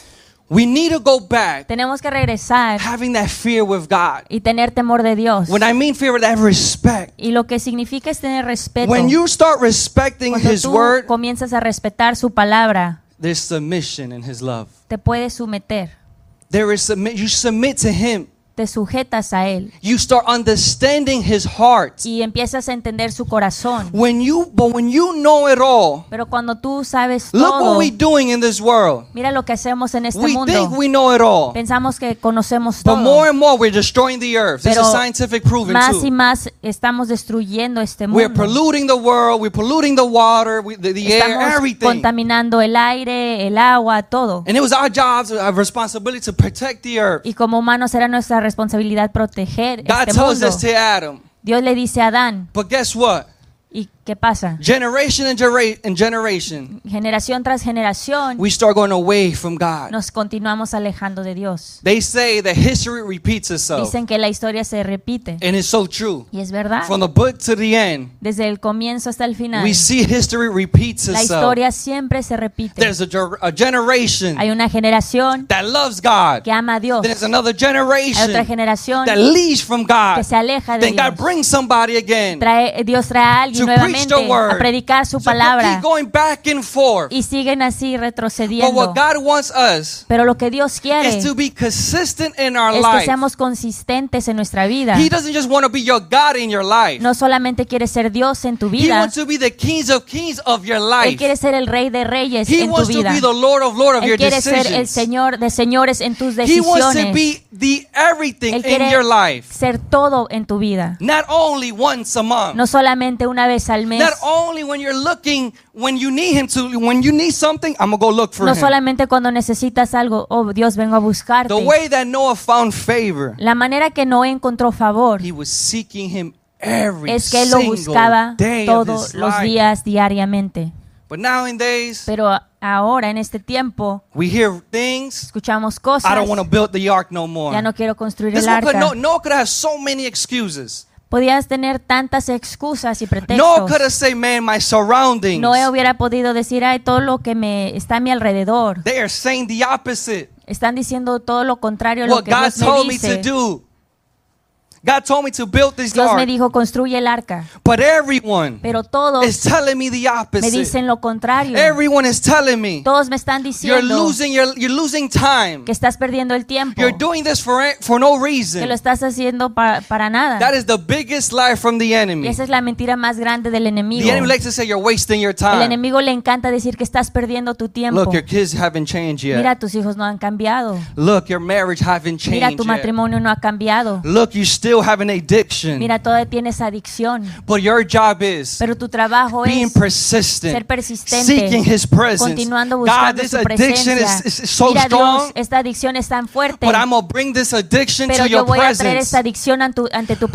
S1: We need to go back
S2: Tenemos que regresar
S1: having that fear with God.
S2: y tener temor de Dios.
S1: When I mean fear, that respect.
S2: Y lo que significa es tener respeto.
S1: When you start respecting
S2: Cuando
S1: His
S2: tú
S1: word,
S2: comienzas a respetar su palabra,
S1: there's submission in His love.
S2: te puedes someter,
S1: There is submit. You submit to Him.
S2: te sujetas a Él
S1: You start understanding His heart.
S2: y empiezas a entender su corazón.
S1: When you, but when you know it all,
S2: Pero cuando tú sabes
S1: look what
S2: todo,
S1: we're doing in this world.
S2: mira lo que hacemos en este
S1: We
S2: mundo.
S1: think we know it all,
S2: Pensamos que conocemos
S1: but more
S2: todo,
S1: and more we're destroying the earth. This
S2: Pero
S1: is scientific proven
S2: más y
S1: too.
S2: más estamos destruyendo este
S1: We're
S2: mundo.
S1: polluting the world. We're polluting the water, we, the, the air,
S2: Estamos
S1: everything.
S2: contaminando el aire, el agua, todo.
S1: And it was our jobs, our responsibility to protect the earth.
S2: Y como humanos era nuestra responsabilidad proteger
S1: God
S2: este
S1: tells
S2: mundo.
S1: us to Adam.
S2: Dios le dice a Adán,
S1: But guess what?
S2: ¿y qué pasa?
S1: Generation and, gera- and generation,
S2: Generación tras generación
S1: we start going away from God.
S2: nos continuamos alejando de Dios.
S1: They say that history repeats itself.
S2: Dicen que la historia se repite.
S1: And it's so true.
S2: Y es verdad.
S1: Eh, From the book to the end,
S2: Desde el comienzo hasta el final,
S1: we see history repeats
S2: la
S1: itself.
S2: historia siempre se repite.
S1: There's a, ger- a generation
S2: Hay una generación
S1: that loves God.
S2: que ama a Dios.
S1: There's another
S2: Hay otra
S1: generation
S2: generación
S1: that leaves from God.
S2: que se aleja de
S1: Then God
S2: Dios.
S1: brings somebody again.
S2: Trae- Dios trae a alguien
S1: to preach
S2: nuevamente
S1: the word.
S2: a predicar
S1: So
S2: su
S1: we keep
S2: palabra
S1: going back and forth.
S2: y siguen así
S1: But what
S2: retrocediendo.
S1: God wants us
S2: Pero lo que Dios quiere
S1: is to be consistent in our
S2: es que
S1: life.
S2: seamos consistentes en nuestra vida.
S1: He doesn't just want to be your God in your life.
S2: No solamente quiere ser Dios en tu
S1: He
S2: vida,
S1: wants to be the kings of kings of your life.
S2: Él quiere ser el rey de reyes
S1: He
S2: en tu
S1: wants to
S2: vida.
S1: be the Lord of Lord of your
S2: Él quiere ser el
S1: decisions.
S2: señor de señores en tus
S1: He wants to
S2: decisiones.
S1: be the everything in
S2: Él quiere
S1: your life.
S2: ser todo en tu vida.
S1: Not only once a month.
S2: No solamente una vez al mes.
S1: Not only when you're looking, when you need him to, when you need something, I'm gonna go look for
S2: No
S1: him.
S2: solamente cuando necesitas algo. Oh, Dios, vengo a buscarte.
S1: The way that Noah found favor,
S2: La manera que Noé encontró favor
S1: he was seeking him every
S2: es que él lo
S1: single
S2: buscaba
S1: day of
S2: todos
S1: his
S2: los
S1: life.
S2: días diariamente.
S1: But nowadays,
S2: Pero a- ahora, en este tiempo,
S1: we hear things.
S2: escuchamos
S1: I
S2: cosas.
S1: don't want to build the ark no more.
S2: Ya no quiero construir
S1: This
S2: el
S1: one could, no,
S2: arca.
S1: Noah could have so many excuses.
S2: Podías tener tantas excusas y
S1: Noah could
S2: pretextos.
S1: have said, "Man, my surroundings."
S2: Noé hubiera podido decir, ay, todo lo que me está a mi alrededor.
S1: They are saying the opposite.
S2: Están diciendo todo lo contrario a lo
S1: What
S2: que
S1: God
S2: Dios me
S1: told me to
S2: dice.
S1: do. God told me to build this
S2: Dios me
S1: ark,
S2: dijo, construye el arca.
S1: but everyone
S2: Pero todos
S1: is telling me the
S2: me
S1: opposite.
S2: dicen lo contrario.
S1: Everyone is telling me
S2: Todos me están
S1: you're
S2: diciendo
S1: losing your you're losing time.
S2: que estás perdiendo el tiempo,
S1: You're doing this for for no
S2: que lo
S1: reason.
S2: estás haciendo pa- para nada.
S1: That is the biggest lie from the
S2: Y
S1: enemy.
S2: esa es la mentira más grande del enemigo.
S1: The enemy likes to say you're wasting your
S2: El
S1: time.
S2: enemigo le encanta decir que estás perdiendo tu tiempo.
S1: Look, your kids haven't changed
S2: Mira,
S1: yet.
S2: tus hijos no han cambiado.
S1: Look, your marriage haven't
S2: Mira,
S1: changed
S2: tu
S1: yet.
S2: matrimonio no ha cambiado.
S1: Look, you still have an addiction.
S2: Mira, todavía tienes adicción.
S1: But your job is
S2: Pero tu trabajo
S1: being
S2: es ser
S1: persistent,
S2: persistente,
S1: seeking His presence.
S2: continuando
S1: God,
S2: buscando
S1: this
S2: su
S1: addiction
S2: presencia.
S1: is, is so
S2: Mira, Dios,
S1: strong,
S2: esta adicción es tan fuerte,
S1: but I'm gonna bring this addiction
S2: pero
S1: to
S2: yo
S1: your
S2: voy a traer
S1: presence.
S2: esta adicción ante, ante tu
S1: Lord,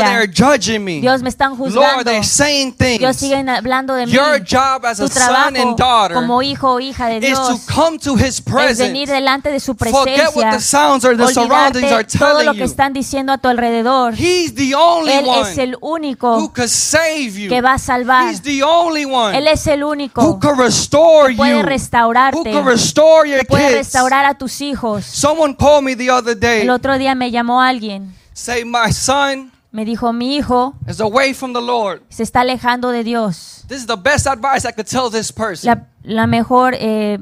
S1: they're
S2: presencia.
S1: judging me.
S2: Dios, me están
S1: Lord,
S2: juzgando.
S1: they're saying
S2: Dios
S1: things.
S2: siguen hablando de mí.
S1: Your job as
S2: Tu
S1: a son and
S2: trabajo
S1: daughter
S2: como hijo o hija de
S1: is to
S2: Dios
S1: come to His
S2: es venir
S1: presence.
S2: delante de su
S1: Forget what
S2: presencia,
S1: the sounds or the surroundings are
S2: olvidarte todo lo
S1: telling
S2: que
S1: you.
S2: están diciendo a tu alrededor.
S1: He's the only
S2: Él es
S1: one
S2: el
S1: who
S2: único
S1: could save you.
S2: que va a salvar.
S1: He's the only
S2: Él
S1: one
S2: es el
S1: who
S2: único
S1: can restore
S2: que puede
S1: you. Who
S2: restaurarte,
S1: can restore your
S2: puede
S1: kids.
S2: restaurar a tus hijos.
S1: Someone called me the other day.
S2: El otro día me llamó alguien,
S1: Say, my son
S2: me dijo, mi hijo
S1: is away from the Lord.
S2: se está alejando de Dios.
S1: This is the best advice I could tell this person.
S2: La, la mejor eh,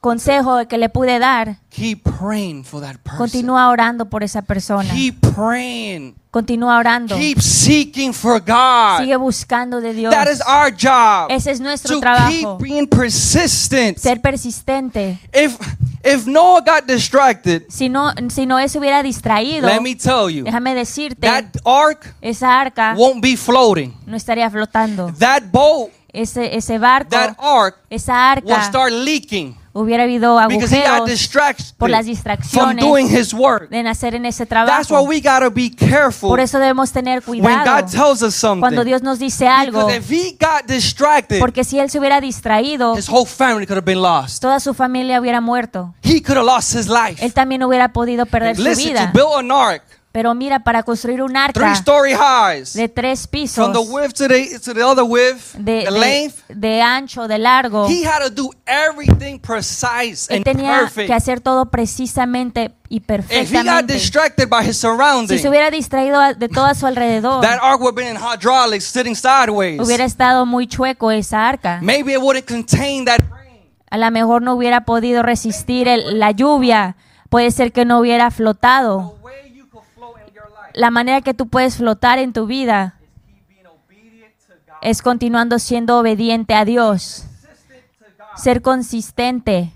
S2: consejo que le pude dar,
S1: Keep praying for that person.
S2: continúa orando por esa persona,
S1: Keep praying.
S2: continúa orando,
S1: Keep seeking for God.
S2: sigue buscando de Dios.
S1: That is our job.
S2: Ese es nuestro
S1: To keep
S2: trabajo,
S1: being persistent.
S2: ser persistente.
S1: If if Noah got distracted,
S2: Si no, si Noé se hubiera distraído,
S1: let me tell you,
S2: déjame Ah. decirte,
S1: that ark
S2: esa arca
S1: won't be floating.
S2: no estaría flotando.
S1: That boat,
S2: Oh. Ese, ese barco,
S1: that ark
S2: esa
S1: will
S2: arca,
S1: start leaking
S2: hubiera habido
S1: because he got
S2: agujeros
S1: distracted
S2: por las
S1: from
S2: distracciones
S1: doing his work.
S2: de nacer en ese
S1: That's why
S2: trabajo.
S1: we gotta be careful
S2: Por eso debemos tener
S1: when God
S2: cuidado
S1: tells us
S2: cuando
S1: something.
S2: Dios nos dice algo,
S1: Because if he got distracted,
S2: porque si él se hubiera distraído,
S1: his whole family could have been lost.
S2: toda su familia hubiera muerto.
S1: He could have lost his life.
S2: Él también hubiera podido perder su
S1: Listen, you
S2: vida.
S1: built an ark.
S2: Pero mira, para construir un arca
S1: three story highs
S2: de tres pisos,
S1: from the width to the to the other width,
S2: de,
S1: the
S2: de-
S1: length.
S2: de ancho, de largo,
S1: He had to do everything precise
S2: Oh. él
S1: and
S2: tenía
S1: perfect.
S2: que hacer todo precisamente
S1: If
S2: y
S1: he got
S2: perfectamente.
S1: distracted by his
S2: Si
S1: surroundings,
S2: se hubiera distraído a- de todo a su alrededor,
S1: that ark would have been in hydraulics, sitting sideways.
S2: hubiera estado muy chueco esa arca.
S1: Maybe it wouldn't contain that rain.
S2: A lo mejor no hubiera podido resistir el- la lluvia. Puede ser que no hubiera
S1: The
S2: flotado.
S1: way you could flow in your life
S2: La manera que tú puedes flotar en tu vida
S1: is keep being obedient to God,
S2: es continuando siendo obediente a Dios,
S1: consistent to God.
S2: ser consistente.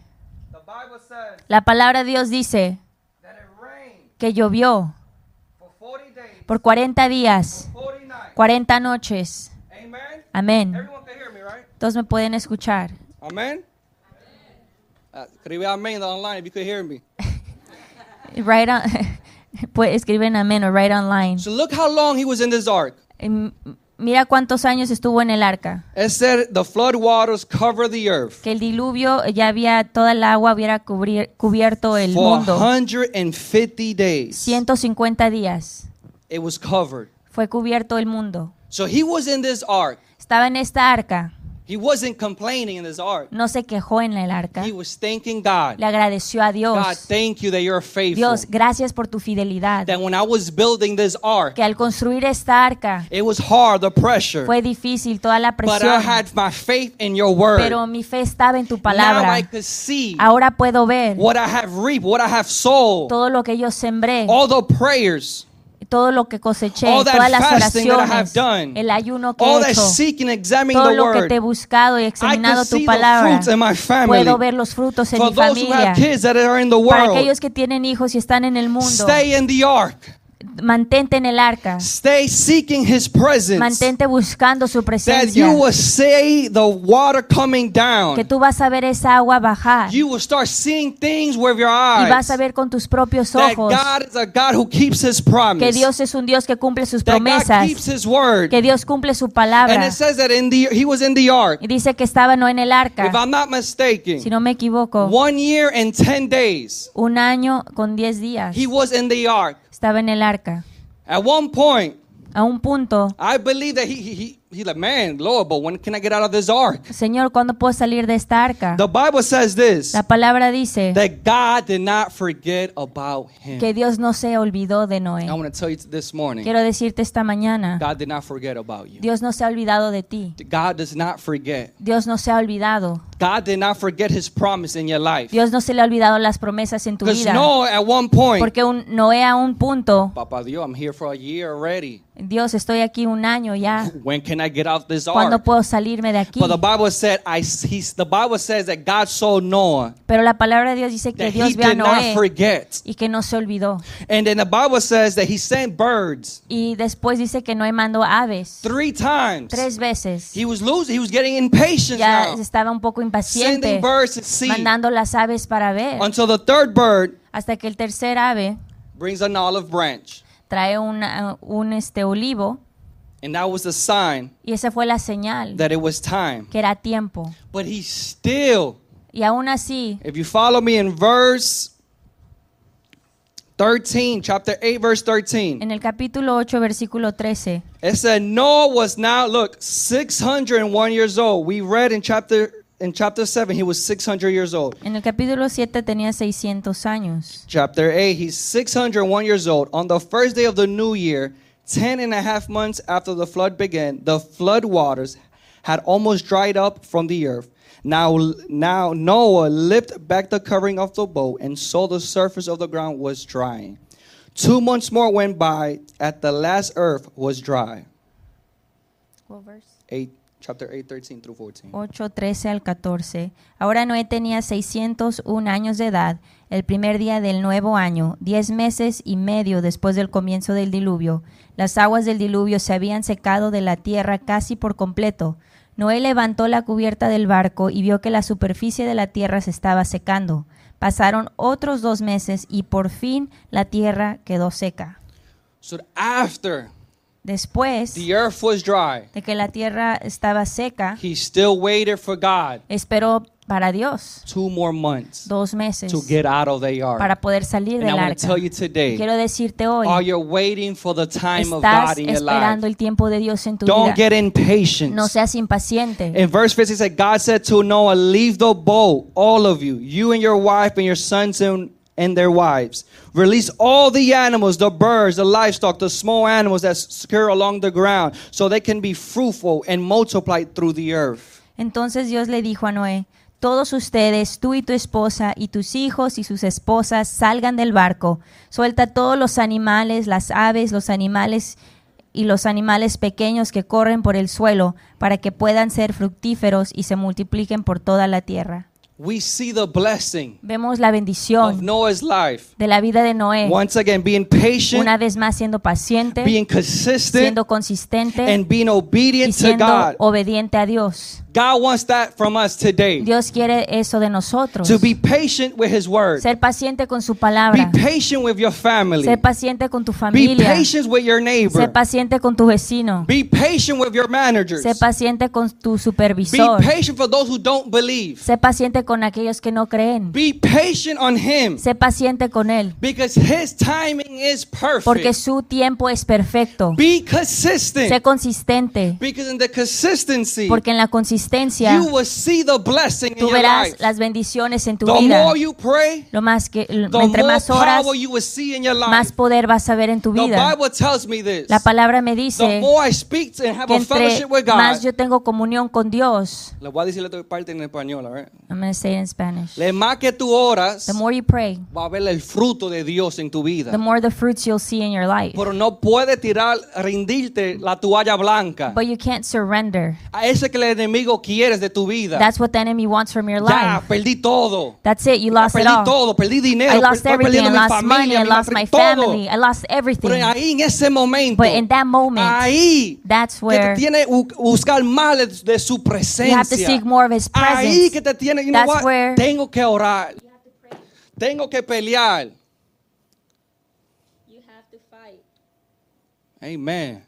S1: The Bible says
S2: La palabra de Dios dice
S1: that it rained
S2: que llovió
S1: for 40 days,
S2: por 40 días,
S1: 40 nights.
S2: 40 noches.
S1: Amen.
S2: Amén.
S1: Everyone can hear me, right?
S2: Todos me pueden escuchar.
S1: Amen. Uh, escribe amén online if you could hear me.
S2: Right on, pues escriben amén o right online.
S1: So look how long he was in this ark.
S2: Em, Mira cuántos años estuvo en el arca.
S1: It said the flood waters cover the earth
S2: que el diluvio ya había toda el agua hubiera cubrir- cubierto el
S1: for
S2: mundo
S1: 150 days.
S2: 150 días
S1: It was covered.
S2: fue cubierto el mundo
S1: So he was in this ark.
S2: estaba en esta arca
S1: He wasn't complaining in this ark.
S2: no se quejó en el arca
S1: He was thanking God.
S2: le agradeció a
S1: God,
S2: Dios
S1: thank you that you're faithful.
S2: Dios gracias por tu fidelidad
S1: That when I was building this ark,
S2: que al construir esta arca
S1: it was hard, the pressure.
S2: fue difícil toda la
S1: But I
S2: presión
S1: had my faith in your word.
S2: pero mi fe estaba en tu
S1: Now I
S2: palabra
S1: could see
S2: ahora puedo ver
S1: what I have reaped, what I have sown,
S2: todo lo que yo sembré
S1: all the prayers,
S2: todo lo que coseché
S1: all that
S2: todas las
S1: fasting that I have
S2: oraciones
S1: done,
S2: el ayuno que
S1: all
S2: he
S1: that
S2: hecho
S1: seeking, examining
S2: todo
S1: the
S2: lo que
S1: word.
S2: te he buscado y
S1: I can
S2: examinado tu
S1: see the
S2: palabra.
S1: fruits in my family.
S2: Puedo ver los frutos en
S1: For
S2: mi
S1: those who
S2: familia.
S1: have kids that are in the
S2: Para
S1: world,
S2: aquellos que tienen hijos y están en el mundo,
S1: stay in the ark.
S2: mantente en el arca.
S1: Stay seeking His presence.
S2: Mantente buscando su
S1: That
S2: presencia.
S1: you will see the water coming
S2: Que
S1: down.
S2: tú vas a ver esa agua bajar y
S1: You will start seeing things with your eyes.
S2: vas a ver con tus propios
S1: That
S2: ojos
S1: God is a God who keeps His
S2: que
S1: promise.
S2: Dios es un Dios que cumple sus
S1: That God keeps
S2: promesas,
S1: His word.
S2: que Dios cumple su
S1: And
S2: palabra.
S1: it says that in the He was in the ark.
S2: Y dice que estaba no en el
S1: If
S2: arca,
S1: I'm not
S2: si
S1: mistaken,
S2: no me equivoco,
S1: one year and ten days
S2: un año con diez días
S1: He was in the ark.
S2: estaba en el arca.
S1: At one point,
S2: A un punto
S1: I believe that he he he, he like, man, Lord, but when can I get out of this ark?
S2: Señor, ¿cuándo puedo salir de esta arca?
S1: The Bible says this
S2: La palabra dice
S1: that God did not forget about him.
S2: que Dios no se olvidó de Noé.
S1: I want to tell you this morning,
S2: Quiero decirte esta mañana,
S1: God did not forget about you.
S2: Dios no se ha olvidado de ti.
S1: God does not forget.
S2: Dios no se ha olvidado.
S1: God did not forget his promise in your life.
S2: Dios no se le ha olvidado las promesas en tu
S1: Because
S2: vida.
S1: no, at one point,
S2: Porque un, Noé a un punto,
S1: Papa Dios, I'm here for a year already.
S2: Dios, estoy aquí un año ya.
S1: When can I get out this
S2: ¿Cuándo
S1: ark?
S2: puedo salirme de aquí?
S1: But the Bible said, I he, the Bible says that God saw Noah
S2: Pero la palabra de Dios dice que
S1: that he
S2: Dios ve a
S1: did not
S2: Noé
S1: forget.
S2: y que no se olvidó.
S1: And then the Bible says that he sent birds
S2: Y después dice que Noé mandó aves
S1: three times.
S2: tres veces.
S1: He was losing. He was getting impatient
S2: Ya
S1: now.
S2: estaba un poco
S1: Sending
S2: impaciente.
S1: birds to see
S2: mandando las aves para ver,
S1: until the third bird
S2: hasta que el tercer ave
S1: brings an olive branch,
S2: trae una- un este olivo
S1: and that was a sign
S2: y esa fue la señal
S1: that it was time.
S2: que era tiempo.
S1: But he still,
S2: Y aún así,
S1: if you follow me in verse thirteen, chapter eight, verse thirteen,
S2: en el capítulo 8, versículo 13,
S1: it said Noah was now look six hundred and one years old. We read in chapter in chapter seven he was six hundred years old.
S2: en el capítulo 7 tenía 600 años.
S1: Chapter 8, he's 601 years old. On the first day of the new year, ten and a half months after the flood began, the flood waters had almost dried up from the earth. Now, now Noah lifted back the covering of the boat, and so the surface of the ground was drying. Two months more went by, at the last earth was dry. 8, chapter 8, 13 through 14.
S2: 8, 13 al 14. Ahora Noé tenía 601 años de edad, el primer día del nuevo año, diez meses y medio después del comienzo del diluvio. Las aguas del diluvio se habían secado de la tierra casi por completo. Noé levantó la cubierta del barco y vio que la superficie de la tierra se estaba secando. Pasaron otros dos meses y por fin la tierra quedó seca.
S1: So after
S2: Después
S1: the earth was dry,
S2: de que la tierra estaba seca,
S1: he still waited for God.
S2: esperó para Dios.
S1: two more months
S2: Dos meses
S1: to get out of the ark.
S2: para poder salir
S1: And I
S2: del
S1: want to
S2: arca.
S1: tell you today,
S2: Quiero decirte hoy,
S1: are you waiting for the time of
S2: estás
S1: God in your life?
S2: esperando el tiempo de Dios en tu
S1: Don't
S2: vida.
S1: get Em impatient.
S2: No seas impaciente.
S1: In verse 50 it said, God said to Noah, Leave the boat, all of you, you and your wife and your sons and, and their wives. Release all the animals, the birds, the livestock, the small animals that scurry along the ground, so they can be fruitful and multiply through the earth.
S2: Entonces Dios le dijo a Noé, todos ustedes, tú y tu esposa, y tus hijos y sus esposas, salgan del barco. Suelta todos los animales, las aves, los animales y los animales pequeños que corren por el suelo, para que puedan ser fructíferos y se multipliquen por toda la tierra.
S1: We see the blessing
S2: Vemos la
S1: of
S2: bendición
S1: Noah's life.
S2: de la vida de Noé,
S1: Once again, being patient,
S2: Eh. una vez más siendo paciente,
S1: being consistent,
S2: siendo consistente
S1: and being
S2: y
S1: obedient to
S2: siendo
S1: God.
S2: obediente a Dios.
S1: God wants that from us today.
S2: Dios quiere eso de nosotros.
S1: To be patient with His word.
S2: Ser paciente con su
S1: Be
S2: palabra.
S1: patient with your family.
S2: Ser paciente con tu
S1: Be
S2: familia.
S1: patient with your
S2: Ser
S1: neighbor.
S2: paciente con tu vecino.
S1: Be patient with your managers.
S2: Ser paciente con tu
S1: Be
S2: supervisor.
S1: patient for those who don't believe.
S2: Ser paciente con aquellos que no creen.
S1: Be patient on him
S2: Ser paciente con él.
S1: because his timing is
S2: Porque
S1: perfect.
S2: su tiempo es perfecto.
S1: Be
S2: Sé
S1: consistent
S2: consistente.
S1: because in the consistency
S2: Porque en la consistencia
S1: you will see the blessing in
S2: tú
S1: your
S2: verás
S1: life.
S2: las bendiciones en tu
S1: The
S2: vida.
S1: more you pray,
S2: Lo más que,
S1: the
S2: entre
S1: more
S2: más horas,
S1: power you will see in your
S2: más
S1: life.
S2: poder vas a ver en tu
S1: The
S2: vida.
S1: Bible tells me this.
S2: La palabra me
S1: The
S2: dice
S1: more I speak and have
S2: que
S1: a
S2: entre
S1: fellowship with
S2: más
S1: God.
S2: yo tengo comunión con Dios.
S1: Le voy a decir la otra parte en español, all right?
S2: I'm gonna say it in Spanish.
S1: Le más que tú oras,
S2: The more you pray,
S1: va a ver el fruto de Dios en tu vida.
S2: the more the fruits you'll see in your life.
S1: Pero no puedes tirar, rendirte la toalla blanca.
S2: But you can't surrender.
S1: A ese que el enemigo quiere de tu vida.
S2: That's what the enemy wants from your
S1: Ya,
S2: life.
S1: perdí todo.
S2: That's it. You
S1: Ya
S2: lost it
S1: perdí
S2: all.
S1: todo, perdí dinero,
S2: I
S1: per-
S2: lost
S1: estoy
S2: everything.
S1: perdiendo
S2: I
S1: mi
S2: lost money.
S1: familia,
S2: I
S1: mi
S2: lost my
S1: matri- todo.
S2: family. I lost everything.
S1: Pero ahí en ese momento,
S2: But in that moment,
S1: ahí
S2: that's
S1: que te
S2: where
S1: tiene bu- buscar más de- de su
S2: you have to
S1: presencia.
S2: seek more of His
S1: Ahí que
S2: presence.
S1: te tiene, you know
S2: That's
S1: what?
S2: where-
S1: tengo que orar, tengo que pelear. Amen.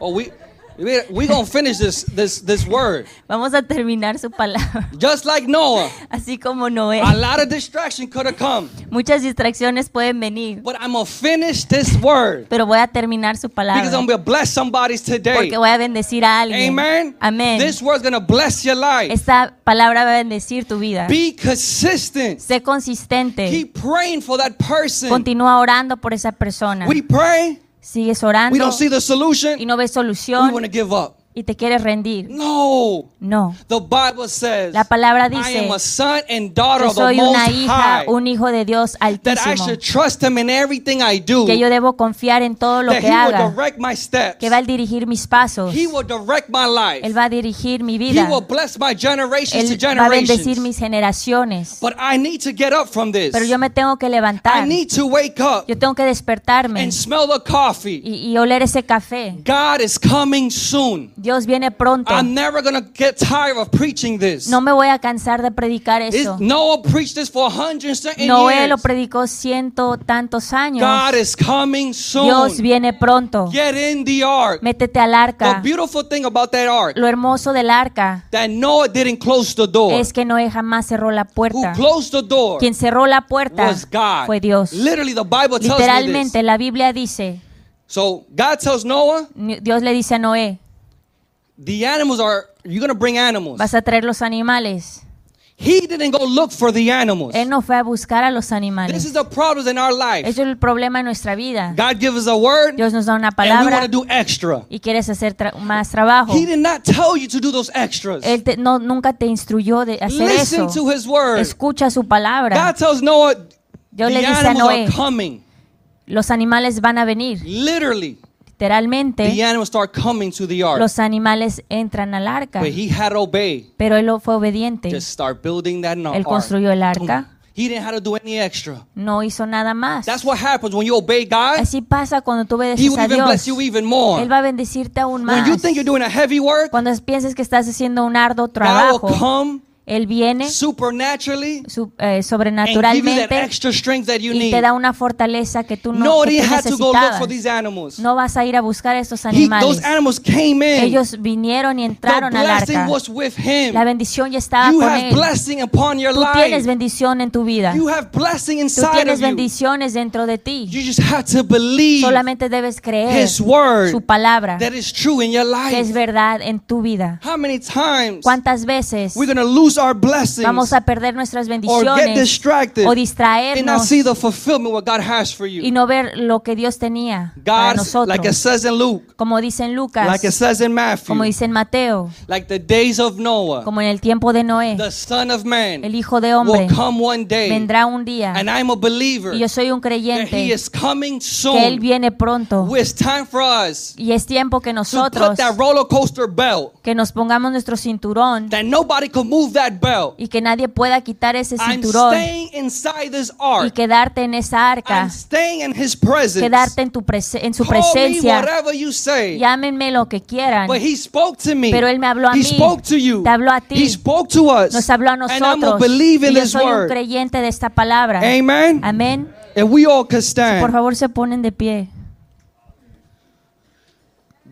S1: Oh, we we we gonna finish this this this word.
S2: Vamos a terminar su palabra.
S1: Just like Noah,
S2: Así como Noé.
S1: a lot of distraction could have come,
S2: Muchas distracciones pueden venir,
S1: but I'm gonna finish this word
S2: pero voy a terminar su
S1: because I'm
S2: palabra.
S1: gonna bless somebody today.
S2: Porque voy a bendecir a alguien.
S1: Amen.
S2: Amén.
S1: This word's gonna bless your life.
S2: Esta palabra va a bendecir tu vida.
S1: Be consistent.
S2: Sé consistente.
S1: Keep praying for that person.
S2: Continúa orando por esa persona.
S1: We pray,
S2: Sigues
S1: we
S2: orando
S1: don't see the
S2: y
S1: solution,
S2: no ves
S1: we want to
S2: solución
S1: give up.
S2: y te quieres rendir.
S1: No.
S2: No.
S1: The Bible says,
S2: La palabra
S1: I
S2: dice,
S1: am a son and daughter
S2: Yo
S1: of the
S2: soy una
S1: Most
S2: hija,
S1: High.
S2: un hijo de Dios
S1: that I
S2: altísimo.
S1: should trust him in everything I do.
S2: Que yo debo confiar en todo lo
S1: that
S2: que
S1: he will
S2: haga.
S1: direct my steps.
S2: Que va a dirigir mis pasos.
S1: he will direct my life.
S2: Él va a dirigir mi
S1: he
S2: vida.
S1: will bless my generations to
S2: Él va a bendecir
S1: generations.
S2: mis generaciones.
S1: But I need to get up from this.
S2: Pero yo me tengo que
S1: I
S2: levantar.
S1: need to wake up
S2: Yo tengo que despertarme
S1: and smell the coffee.
S2: y, y oler ese café.
S1: God is coming soon.
S2: Dios viene pronto.
S1: I'm never going to get tired of preaching this.
S2: No me voy a cansar de predicar
S1: It's-
S2: eso.
S1: Noah preached this for hundreds and
S2: Noé
S1: years.
S2: lo predicó ciento tantos años.
S1: God is coming soon.
S2: Dios viene pronto.
S1: Get in the ark.
S2: Métete al
S1: The
S2: arca.
S1: beautiful thing about that ark,
S2: Lo hermoso del arca
S1: that Noah didn't close the door.
S2: es que Noé jamás cerró la
S1: Who
S2: puerta.
S1: closed the door
S2: Quien cerró la puerta
S1: was God.
S2: fue Dios.
S1: Literally, the Bible tells me this.
S2: Literalmente la Biblia dice,
S1: So God tells Noah,
S2: ni- Dios le dice a Noé,
S1: the animals are you're gonna bring animals.
S2: vas a traer los animales.
S1: He didn't go look for the animals.
S2: Él no fue a buscar a los
S1: pues This is
S2: animales.
S1: the problem in our life.
S2: Eso es el problema en nuestra vida.
S1: God gives us a word,
S2: Dios nos da una
S1: and we want to
S2: palabra
S1: do extra.
S2: y quieres hacer tra- más trabajo.
S1: He did not tell you to do those extras.
S2: Él te- no, nunca te instruyó de hacer
S1: Listen
S2: eso.
S1: to His word.
S2: Escucha su
S1: God
S2: palabra.
S1: tells Noah,
S2: Dios le
S1: the
S2: dice a
S1: animals
S2: Noé.
S1: are coming.
S2: Los animales van a venir.
S1: Literally, the
S2: Literalmente,
S1: animals start coming to the ark.
S2: los animales entran al arca.
S1: But he had to obey.
S2: Pero él fue obediente.
S1: Just start building that no-
S2: Él
S1: ark.
S2: construyó el arca.
S1: He didn't have to do any extra.
S2: No hizo nada más.
S1: That's what happens when you obey God.
S2: Así pasa cuando tú
S1: He
S2: obedeces
S1: will
S2: a
S1: even
S2: Dios.
S1: bless you even more.
S2: Él va a bendecirte aún
S1: When
S2: más.
S1: you think you're doing a heavy work,
S2: Cuando pienses que estás haciendo un arduo
S1: God
S2: trabajo, ¿Eh?
S1: will come
S2: Él viene
S1: supernaturally
S2: su- eh,
S1: and give you that
S2: sobrenaturalmente
S1: extra strength that you
S2: y
S1: need.
S2: te da una fortaleza que tú no que
S1: Nobody
S2: tú
S1: had to go look for
S2: necesitabas.
S1: these animals.
S2: No vas a ir a buscar a estos
S1: He- those
S2: animales.
S1: animals came in.
S2: Ellos vinieron y
S1: the
S2: entraron al
S1: blessing
S2: arca.
S1: was with
S2: La
S1: him.
S2: bendición ya estaba
S1: You
S2: con
S1: have
S2: él.
S1: blessing upon your
S2: Tú tienes
S1: life.
S2: bendición en tu vida.
S1: You have blessing
S2: Tú
S1: inside
S2: tienes
S1: of you.
S2: bendiciones dentro de ti.
S1: You just have to believe
S2: Solamente debes creer
S1: His word
S2: su palabra
S1: that is true in your
S2: que es
S1: life.
S2: verdad en tu vida.
S1: How many times
S2: ¿Cuántas veces
S1: we're going to lose our blessings
S2: vamos a perder nuestras
S1: or get
S2: bendiciones
S1: distracted
S2: o
S1: and not
S2: distraernos
S1: see the fulfillment what God has for
S2: y
S1: you?
S2: no ver lo que Dios tenía para
S1: God, like it
S2: nosotros?
S1: says in Luke,
S2: Como dice en
S1: like it
S2: Lucas,
S1: says in
S2: como
S1: Matthew,
S2: dice en Mateo,
S1: like the days of Noah,
S2: como en el tiempo de Noé,
S1: the Son of Man
S2: el Hijo de Hombre
S1: will come one day,
S2: vendrá un día
S1: and I'm a believer
S2: y yo soy un
S1: that He
S2: creyente
S1: is coming
S2: que Él
S1: soon.
S2: viene pronto
S1: It's time for us
S2: y es tiempo que
S1: to put
S2: nosotros
S1: that roller coaster belt
S2: que nos pongamos nuestro cinturón
S1: that nobody could move that belt.
S2: y que nadie pueda quitar ese
S1: I'm
S2: cinturón
S1: staying inside this
S2: y
S1: ark.
S2: quedarte en esa arca,
S1: I'm staying in His presence.
S2: quedarte en, tu prese- en su
S1: Call me
S2: presencia.
S1: whatever you say.
S2: Llámenme lo que quieran.
S1: But he spoke to me.
S2: Pero él me habló a
S1: he
S2: mí.
S1: spoke to you.
S2: Te habló a ti.
S1: He spoke to us.
S2: Nos habló a
S1: And I'm a
S2: nosotros.
S1: believe
S2: Y
S1: in
S2: yo
S1: his
S2: soy un
S1: word.
S2: creyente de esta palabra.
S1: Amen.
S2: Amén.
S1: And we all can
S2: Por
S1: stand.
S2: favor, se ponen de pie.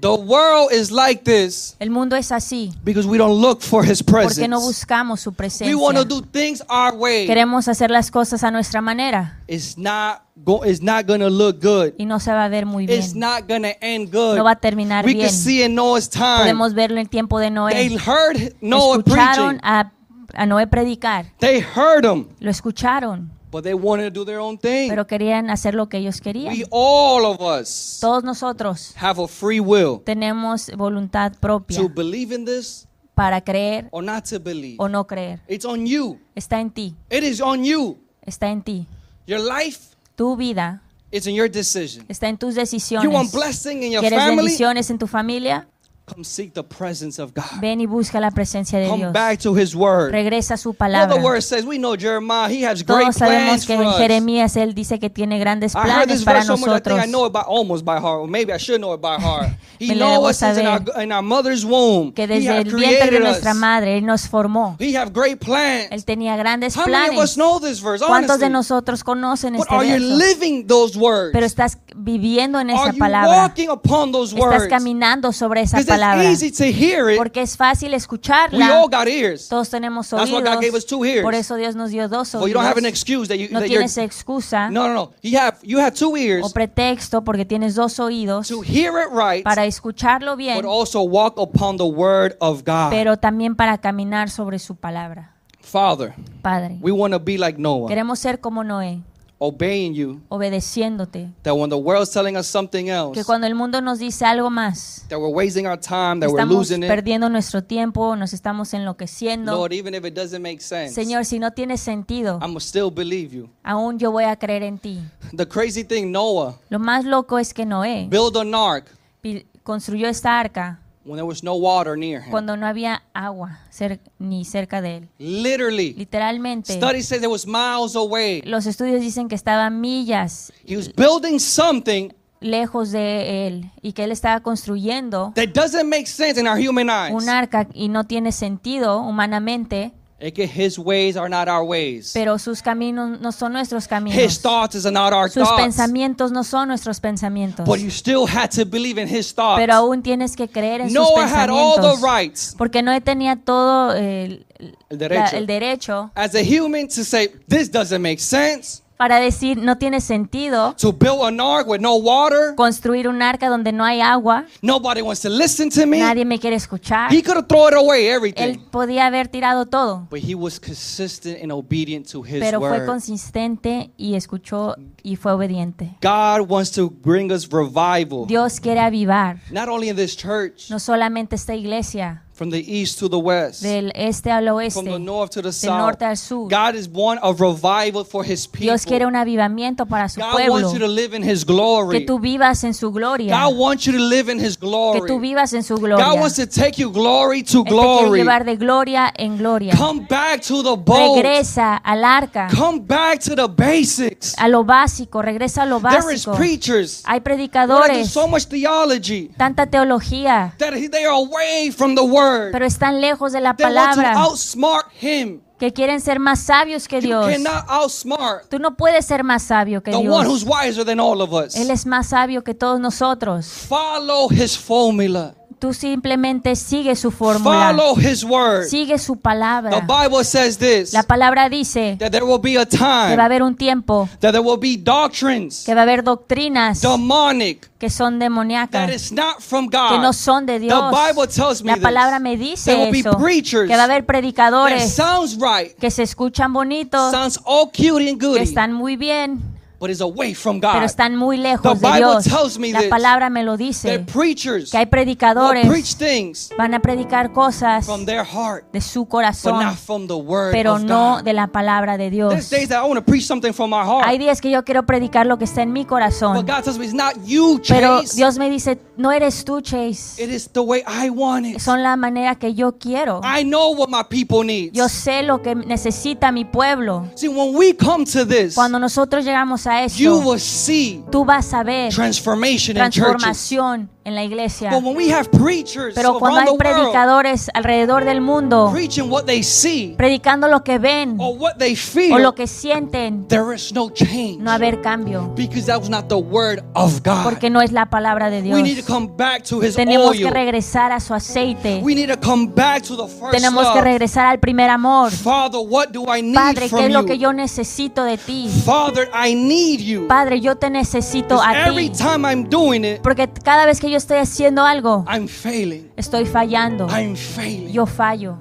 S1: The world is like this
S2: El mundo es así
S1: because we don't look for his presence.
S2: porque no buscamos su
S1: we want to
S2: presencia.
S1: do things our way.
S2: Queremos hacer las cosas a nuestra manera
S1: It's not go it's not going to look good.
S2: y no se va a ver muy
S1: It's
S2: bien.
S1: not going to end good.
S2: No va a terminar
S1: we
S2: bien.
S1: can see in Noah's time.
S2: Podemos verlo en el tiempo de
S1: They
S2: Noé.
S1: heard Noah
S2: Escucharon
S1: preaching.
S2: a, a Noé predicar.
S1: They heard him,
S2: Lo escucharon,
S1: but they wanted to do their own thing.
S2: pero querían hacer lo que ellos querían.
S1: we all of us
S2: Todos nosotros
S1: have a free will.
S2: tenemos voluntad propia
S1: to believe in this
S2: para creer
S1: or not to believe.
S2: o no creer.
S1: It's on you.
S2: Está en ti,
S1: It is on you.
S2: está en ti.
S1: Your life
S2: Tu vida
S1: is in your decision.
S2: está en tus
S1: You want
S2: decisiones.
S1: blessing in your
S2: ¿Quieres
S1: family?
S2: bendiciones en tu familia?
S1: Come seek the presence of God.
S2: Ven y busca la presencia de
S1: Come
S2: Dios.
S1: back to His Word.
S2: Regresa a su
S1: Well,
S2: palabra.
S1: the Word says we know Jeremiah. He has great plans
S2: Todos sabemos que
S1: for
S2: en
S1: us.
S2: Jeremías él dice que tiene grandes
S1: I heard this
S2: planes para
S1: verse so much. I think
S2: nosotros.
S1: I know it by almost by heart, or maybe I should know it by heart. He
S2: Me lo
S1: knows
S2: debo
S1: us since in our,
S2: saber.
S1: in our mother's womb.
S2: Que
S1: he
S2: desde
S1: has
S2: el vientre de
S1: created
S2: nuestra
S1: us.
S2: madre él nos formó.
S1: He have great plans.
S2: Él tenía grandes
S1: How many of us
S2: planes.
S1: know this verse?
S2: ¿Cuántos de
S1: Honestly.
S2: nosotros conocen
S1: But
S2: este
S1: are you
S2: verso?
S1: living those words?
S2: Pero estás viviendo en
S1: Are
S2: esa
S1: you
S2: palabra.
S1: walking upon those
S2: Estás
S1: words?
S2: caminando sobre esa
S1: 'Cause
S2: palabra.
S1: it's easy to hear it.
S2: Porque es fácil
S1: We all
S2: escucharla.
S1: got ears.
S2: Todos tenemos
S1: That's what God gave us
S2: oídos.
S1: two ears.
S2: Por eso Dios nos dio dos
S1: Well, you don't have an
S2: oídos.
S1: excuse that you
S2: No
S1: that you're,
S2: tienes excusa
S1: No, no, no. You have you have two
S2: o
S1: ears
S2: pretexto porque tienes dos oídos
S1: to hear it right,
S2: para escucharlo bien,
S1: but also walk upon the word of God.
S2: pero también para caminar sobre su palabra.
S1: Father,
S2: Padre,
S1: we want to be like Noah,
S2: queremos ser como Noé,
S1: obeying you.
S2: obedeciéndote.
S1: That when the world's telling us something else,
S2: Que cuando el mundo nos dice algo más,
S1: that we're wasting our time, that we're
S2: estamos
S1: losing it.
S2: perdiendo nuestro tiempo, nos estamos enloqueciendo.
S1: Lord, even if it doesn't make sense,
S2: Señor, si no tiene sentido,
S1: I'm gonna still believe you.
S2: aún yo voy a creer en ti.
S1: The crazy thing, Noah
S2: Lo más loco es que Noé
S1: built an ark
S2: pi- construyó esta arca
S1: when there was no water near him.
S2: cuando no había agua cer- ni cerca de él.
S1: Literally.
S2: Literalmente,
S1: Study says it was miles away.
S2: los estudios dicen que estaba millas
S1: He was building something
S2: lejos de él y que él estaba construyendo
S1: that doesn't make sense in our human
S2: un
S1: eyes.
S2: arca y no tiene sentido humanamente,
S1: Es que his ways are not our ways.
S2: pero sus caminos no son nuestros
S1: His
S2: caminos.
S1: thoughts is not our
S2: Sus
S1: thoughts.
S2: pensamientos no son nuestros pensamientos.
S1: But you still had to believe in his thoughts.
S2: Pero aún tienes que creer en sus
S1: Noah had all the
S2: pensamientos.
S1: rights
S2: Porque no tenía todo eh, el,
S1: El
S2: la-
S1: derecho.
S2: el derecho
S1: as a human to say, this doesn't make sense.
S2: para decir no tiene sentido
S1: To build an ark with no water.
S2: construir un arca donde no hay agua,
S1: Nobody wants to listen to me.
S2: nadie me quiere escuchar.
S1: He could have thrown it away,
S2: Él
S1: everything.
S2: podía haber tirado todo,
S1: But he was consistent and obedient to his
S2: pero fue
S1: word.
S2: consistente y escuchó y fue obediente.
S1: God wants to bring us revival,
S2: Dios quiere avivar
S1: not only in this church,
S2: no solamente esta iglesia
S1: from the east to the west,
S2: del este al
S1: from
S2: oeste,
S1: the north to the
S2: del
S1: south.
S2: norte al sur.
S1: God is one of revival for his people.
S2: Dios quiere un avivamiento para su
S1: God
S2: pueblo,
S1: wants you to live in his
S2: que
S1: glory.
S2: tú vivas en su gloria,
S1: God wants you to live in his
S2: que
S1: glory.
S2: tú vivas en su gloria.
S1: God wants to take you glory to
S2: Él te quiere
S1: glory.
S2: llevar de gloria en gloria.
S1: Come back to the boat.
S2: Regresa al arca,
S1: Come back to the basics.
S2: a lo básico, regresa a lo
S1: There is
S2: básico.
S1: preachers.
S2: Hay
S1: There's
S2: predicadores,
S1: so much theology
S2: tanta teología
S1: that they are away from the word.
S2: pero están lejos de la
S1: They want to
S2: palabra,
S1: outsmart him.
S2: que quieren ser más sabios que
S1: You
S2: Dios.
S1: cannot outsmart
S2: Tú no puedes ser más sabio que
S1: the one
S2: Dios.
S1: who's wiser than all of us.
S2: Él es más sabio que todos nosotros.
S1: Follow his formula.
S2: Tú simplemente sigue su fórmula,
S1: Follow his word.
S2: sigue su
S1: The
S2: palabra.
S1: Bible says this
S2: La palabra dice
S1: that there will be a
S2: que va a
S1: time
S2: haber un tiempo,
S1: that there will be doctrines,
S2: que va a haber doctrinas
S1: demonic,
S2: que son
S1: that
S2: demoníacas,
S1: is not from
S2: que no
S1: God.
S2: son de
S1: The
S2: Dios.
S1: Bible tells me
S2: La palabra
S1: this.
S2: me
S1: There
S2: dice
S1: will be
S2: eso,
S1: preachers
S2: que va a haber
S1: That
S2: predicadores
S1: sounds right,
S2: que se escuchan bonitos,
S1: sounds all cute and
S2: que
S1: goody,
S2: están muy bien,
S1: but is away from
S2: pero
S1: God.
S2: están muy
S1: The
S2: lejos de
S1: Bible
S2: Dios.
S1: tells me this.
S2: La palabra me lo
S1: That
S2: dice,
S1: preachers
S2: que hay
S1: will preach
S2: predicadores,
S1: things
S2: van a predicar cosas
S1: from their heart,
S2: de su
S1: but not
S2: corazón,
S1: from the word
S2: pero
S1: of
S2: no
S1: God.
S2: de la palabra de
S1: There's
S2: Dios.
S1: days that I want to preach something from my
S2: Hay
S1: heart,
S2: días que yo quiero predicar lo que está en mi
S1: but
S2: corazón,
S1: God tells me it's not you,
S2: pero
S1: Chase.
S2: Dios me dice, no eres tú, Chase,
S1: It is the way I want it.
S2: son la manera que yo quiero.
S1: I know what my people need.
S2: Yo sé lo que necesita mi pueblo.
S1: See, when we come to this,
S2: Cuando nosotros llegamos a
S1: you
S2: esto,
S1: will see
S2: tú vas a ver
S1: transformation in churches.
S2: transformación en la iglesia.
S1: But when we have preachers
S2: Pero cuando
S1: around
S2: hay
S1: the world
S2: predicadores alrededor del mundo
S1: preaching what they see
S2: predicando lo que ven
S1: or what they
S2: o lo
S1: feel,
S2: que sienten,
S1: there is no change
S2: no haber cambio,
S1: because that was not the word of God.
S2: porque no es la palabra de Dios.
S1: We need to come back to His
S2: Tenemos que
S1: oil.
S2: regresar a su aceite.
S1: We need to come back to the first
S2: Tenemos que
S1: love.
S2: regresar al primer amor.
S1: Father, what do I need
S2: Padre, ¿qué
S1: from
S2: es lo que
S1: you?
S2: yo necesito de ti?
S1: Father, I need you.
S2: Padre, yo te necesito
S1: 'Cause
S2: a
S1: Every
S2: ti.
S1: time I'm doing it,
S2: Porque cada vez que yo estoy haciendo algo,
S1: I'm failing.
S2: estoy fallando.
S1: I'm failing.
S2: Yo fallo.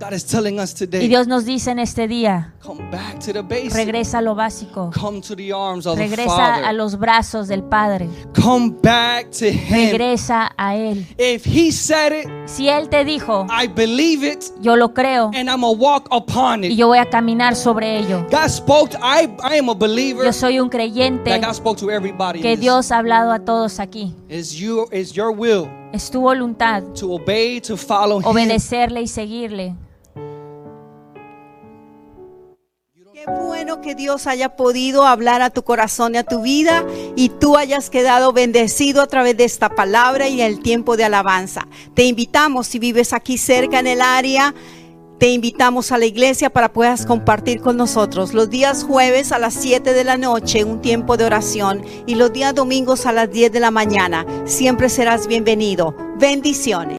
S1: God is telling us
S2: Y
S1: today,
S2: Dios nos dice en este día,
S1: come back to the basics.
S2: regresa a lo básico.
S1: Come to the arms of the
S2: Regresa a
S1: Father.
S2: los brazos del Padre.
S1: Come back to Him.
S2: Regresa a Él.
S1: If He said it,
S2: Si Él te dijo,
S1: I believe it,
S2: yo lo creo
S1: and I'm going to walk upon
S2: y
S1: it.
S2: yo voy a caminar sobre ello.
S1: God spoke, to, I, I am a believer
S2: Yo soy un
S1: that
S2: creyente
S1: God spoke to everybody.
S2: que
S1: in this.
S2: Dios ha hablado a todos aquí.
S1: It's, you, it's your will
S2: Es tu voluntad
S1: to obey, to follow Him.
S2: obedecerle y seguirle.
S3: Qué bueno que Dios haya podido hablar a tu corazón y a tu vida y tú hayas quedado bendecido a través de esta palabra y el tiempo de alabanza. Te invitamos, si vives aquí cerca en el área, te invitamos a la iglesia para puedas compartir con nosotros los días jueves a las 7 de la noche, un tiempo de oración, y los días domingos a las 10 de la mañana. Siempre serás bienvenido. Bendiciones.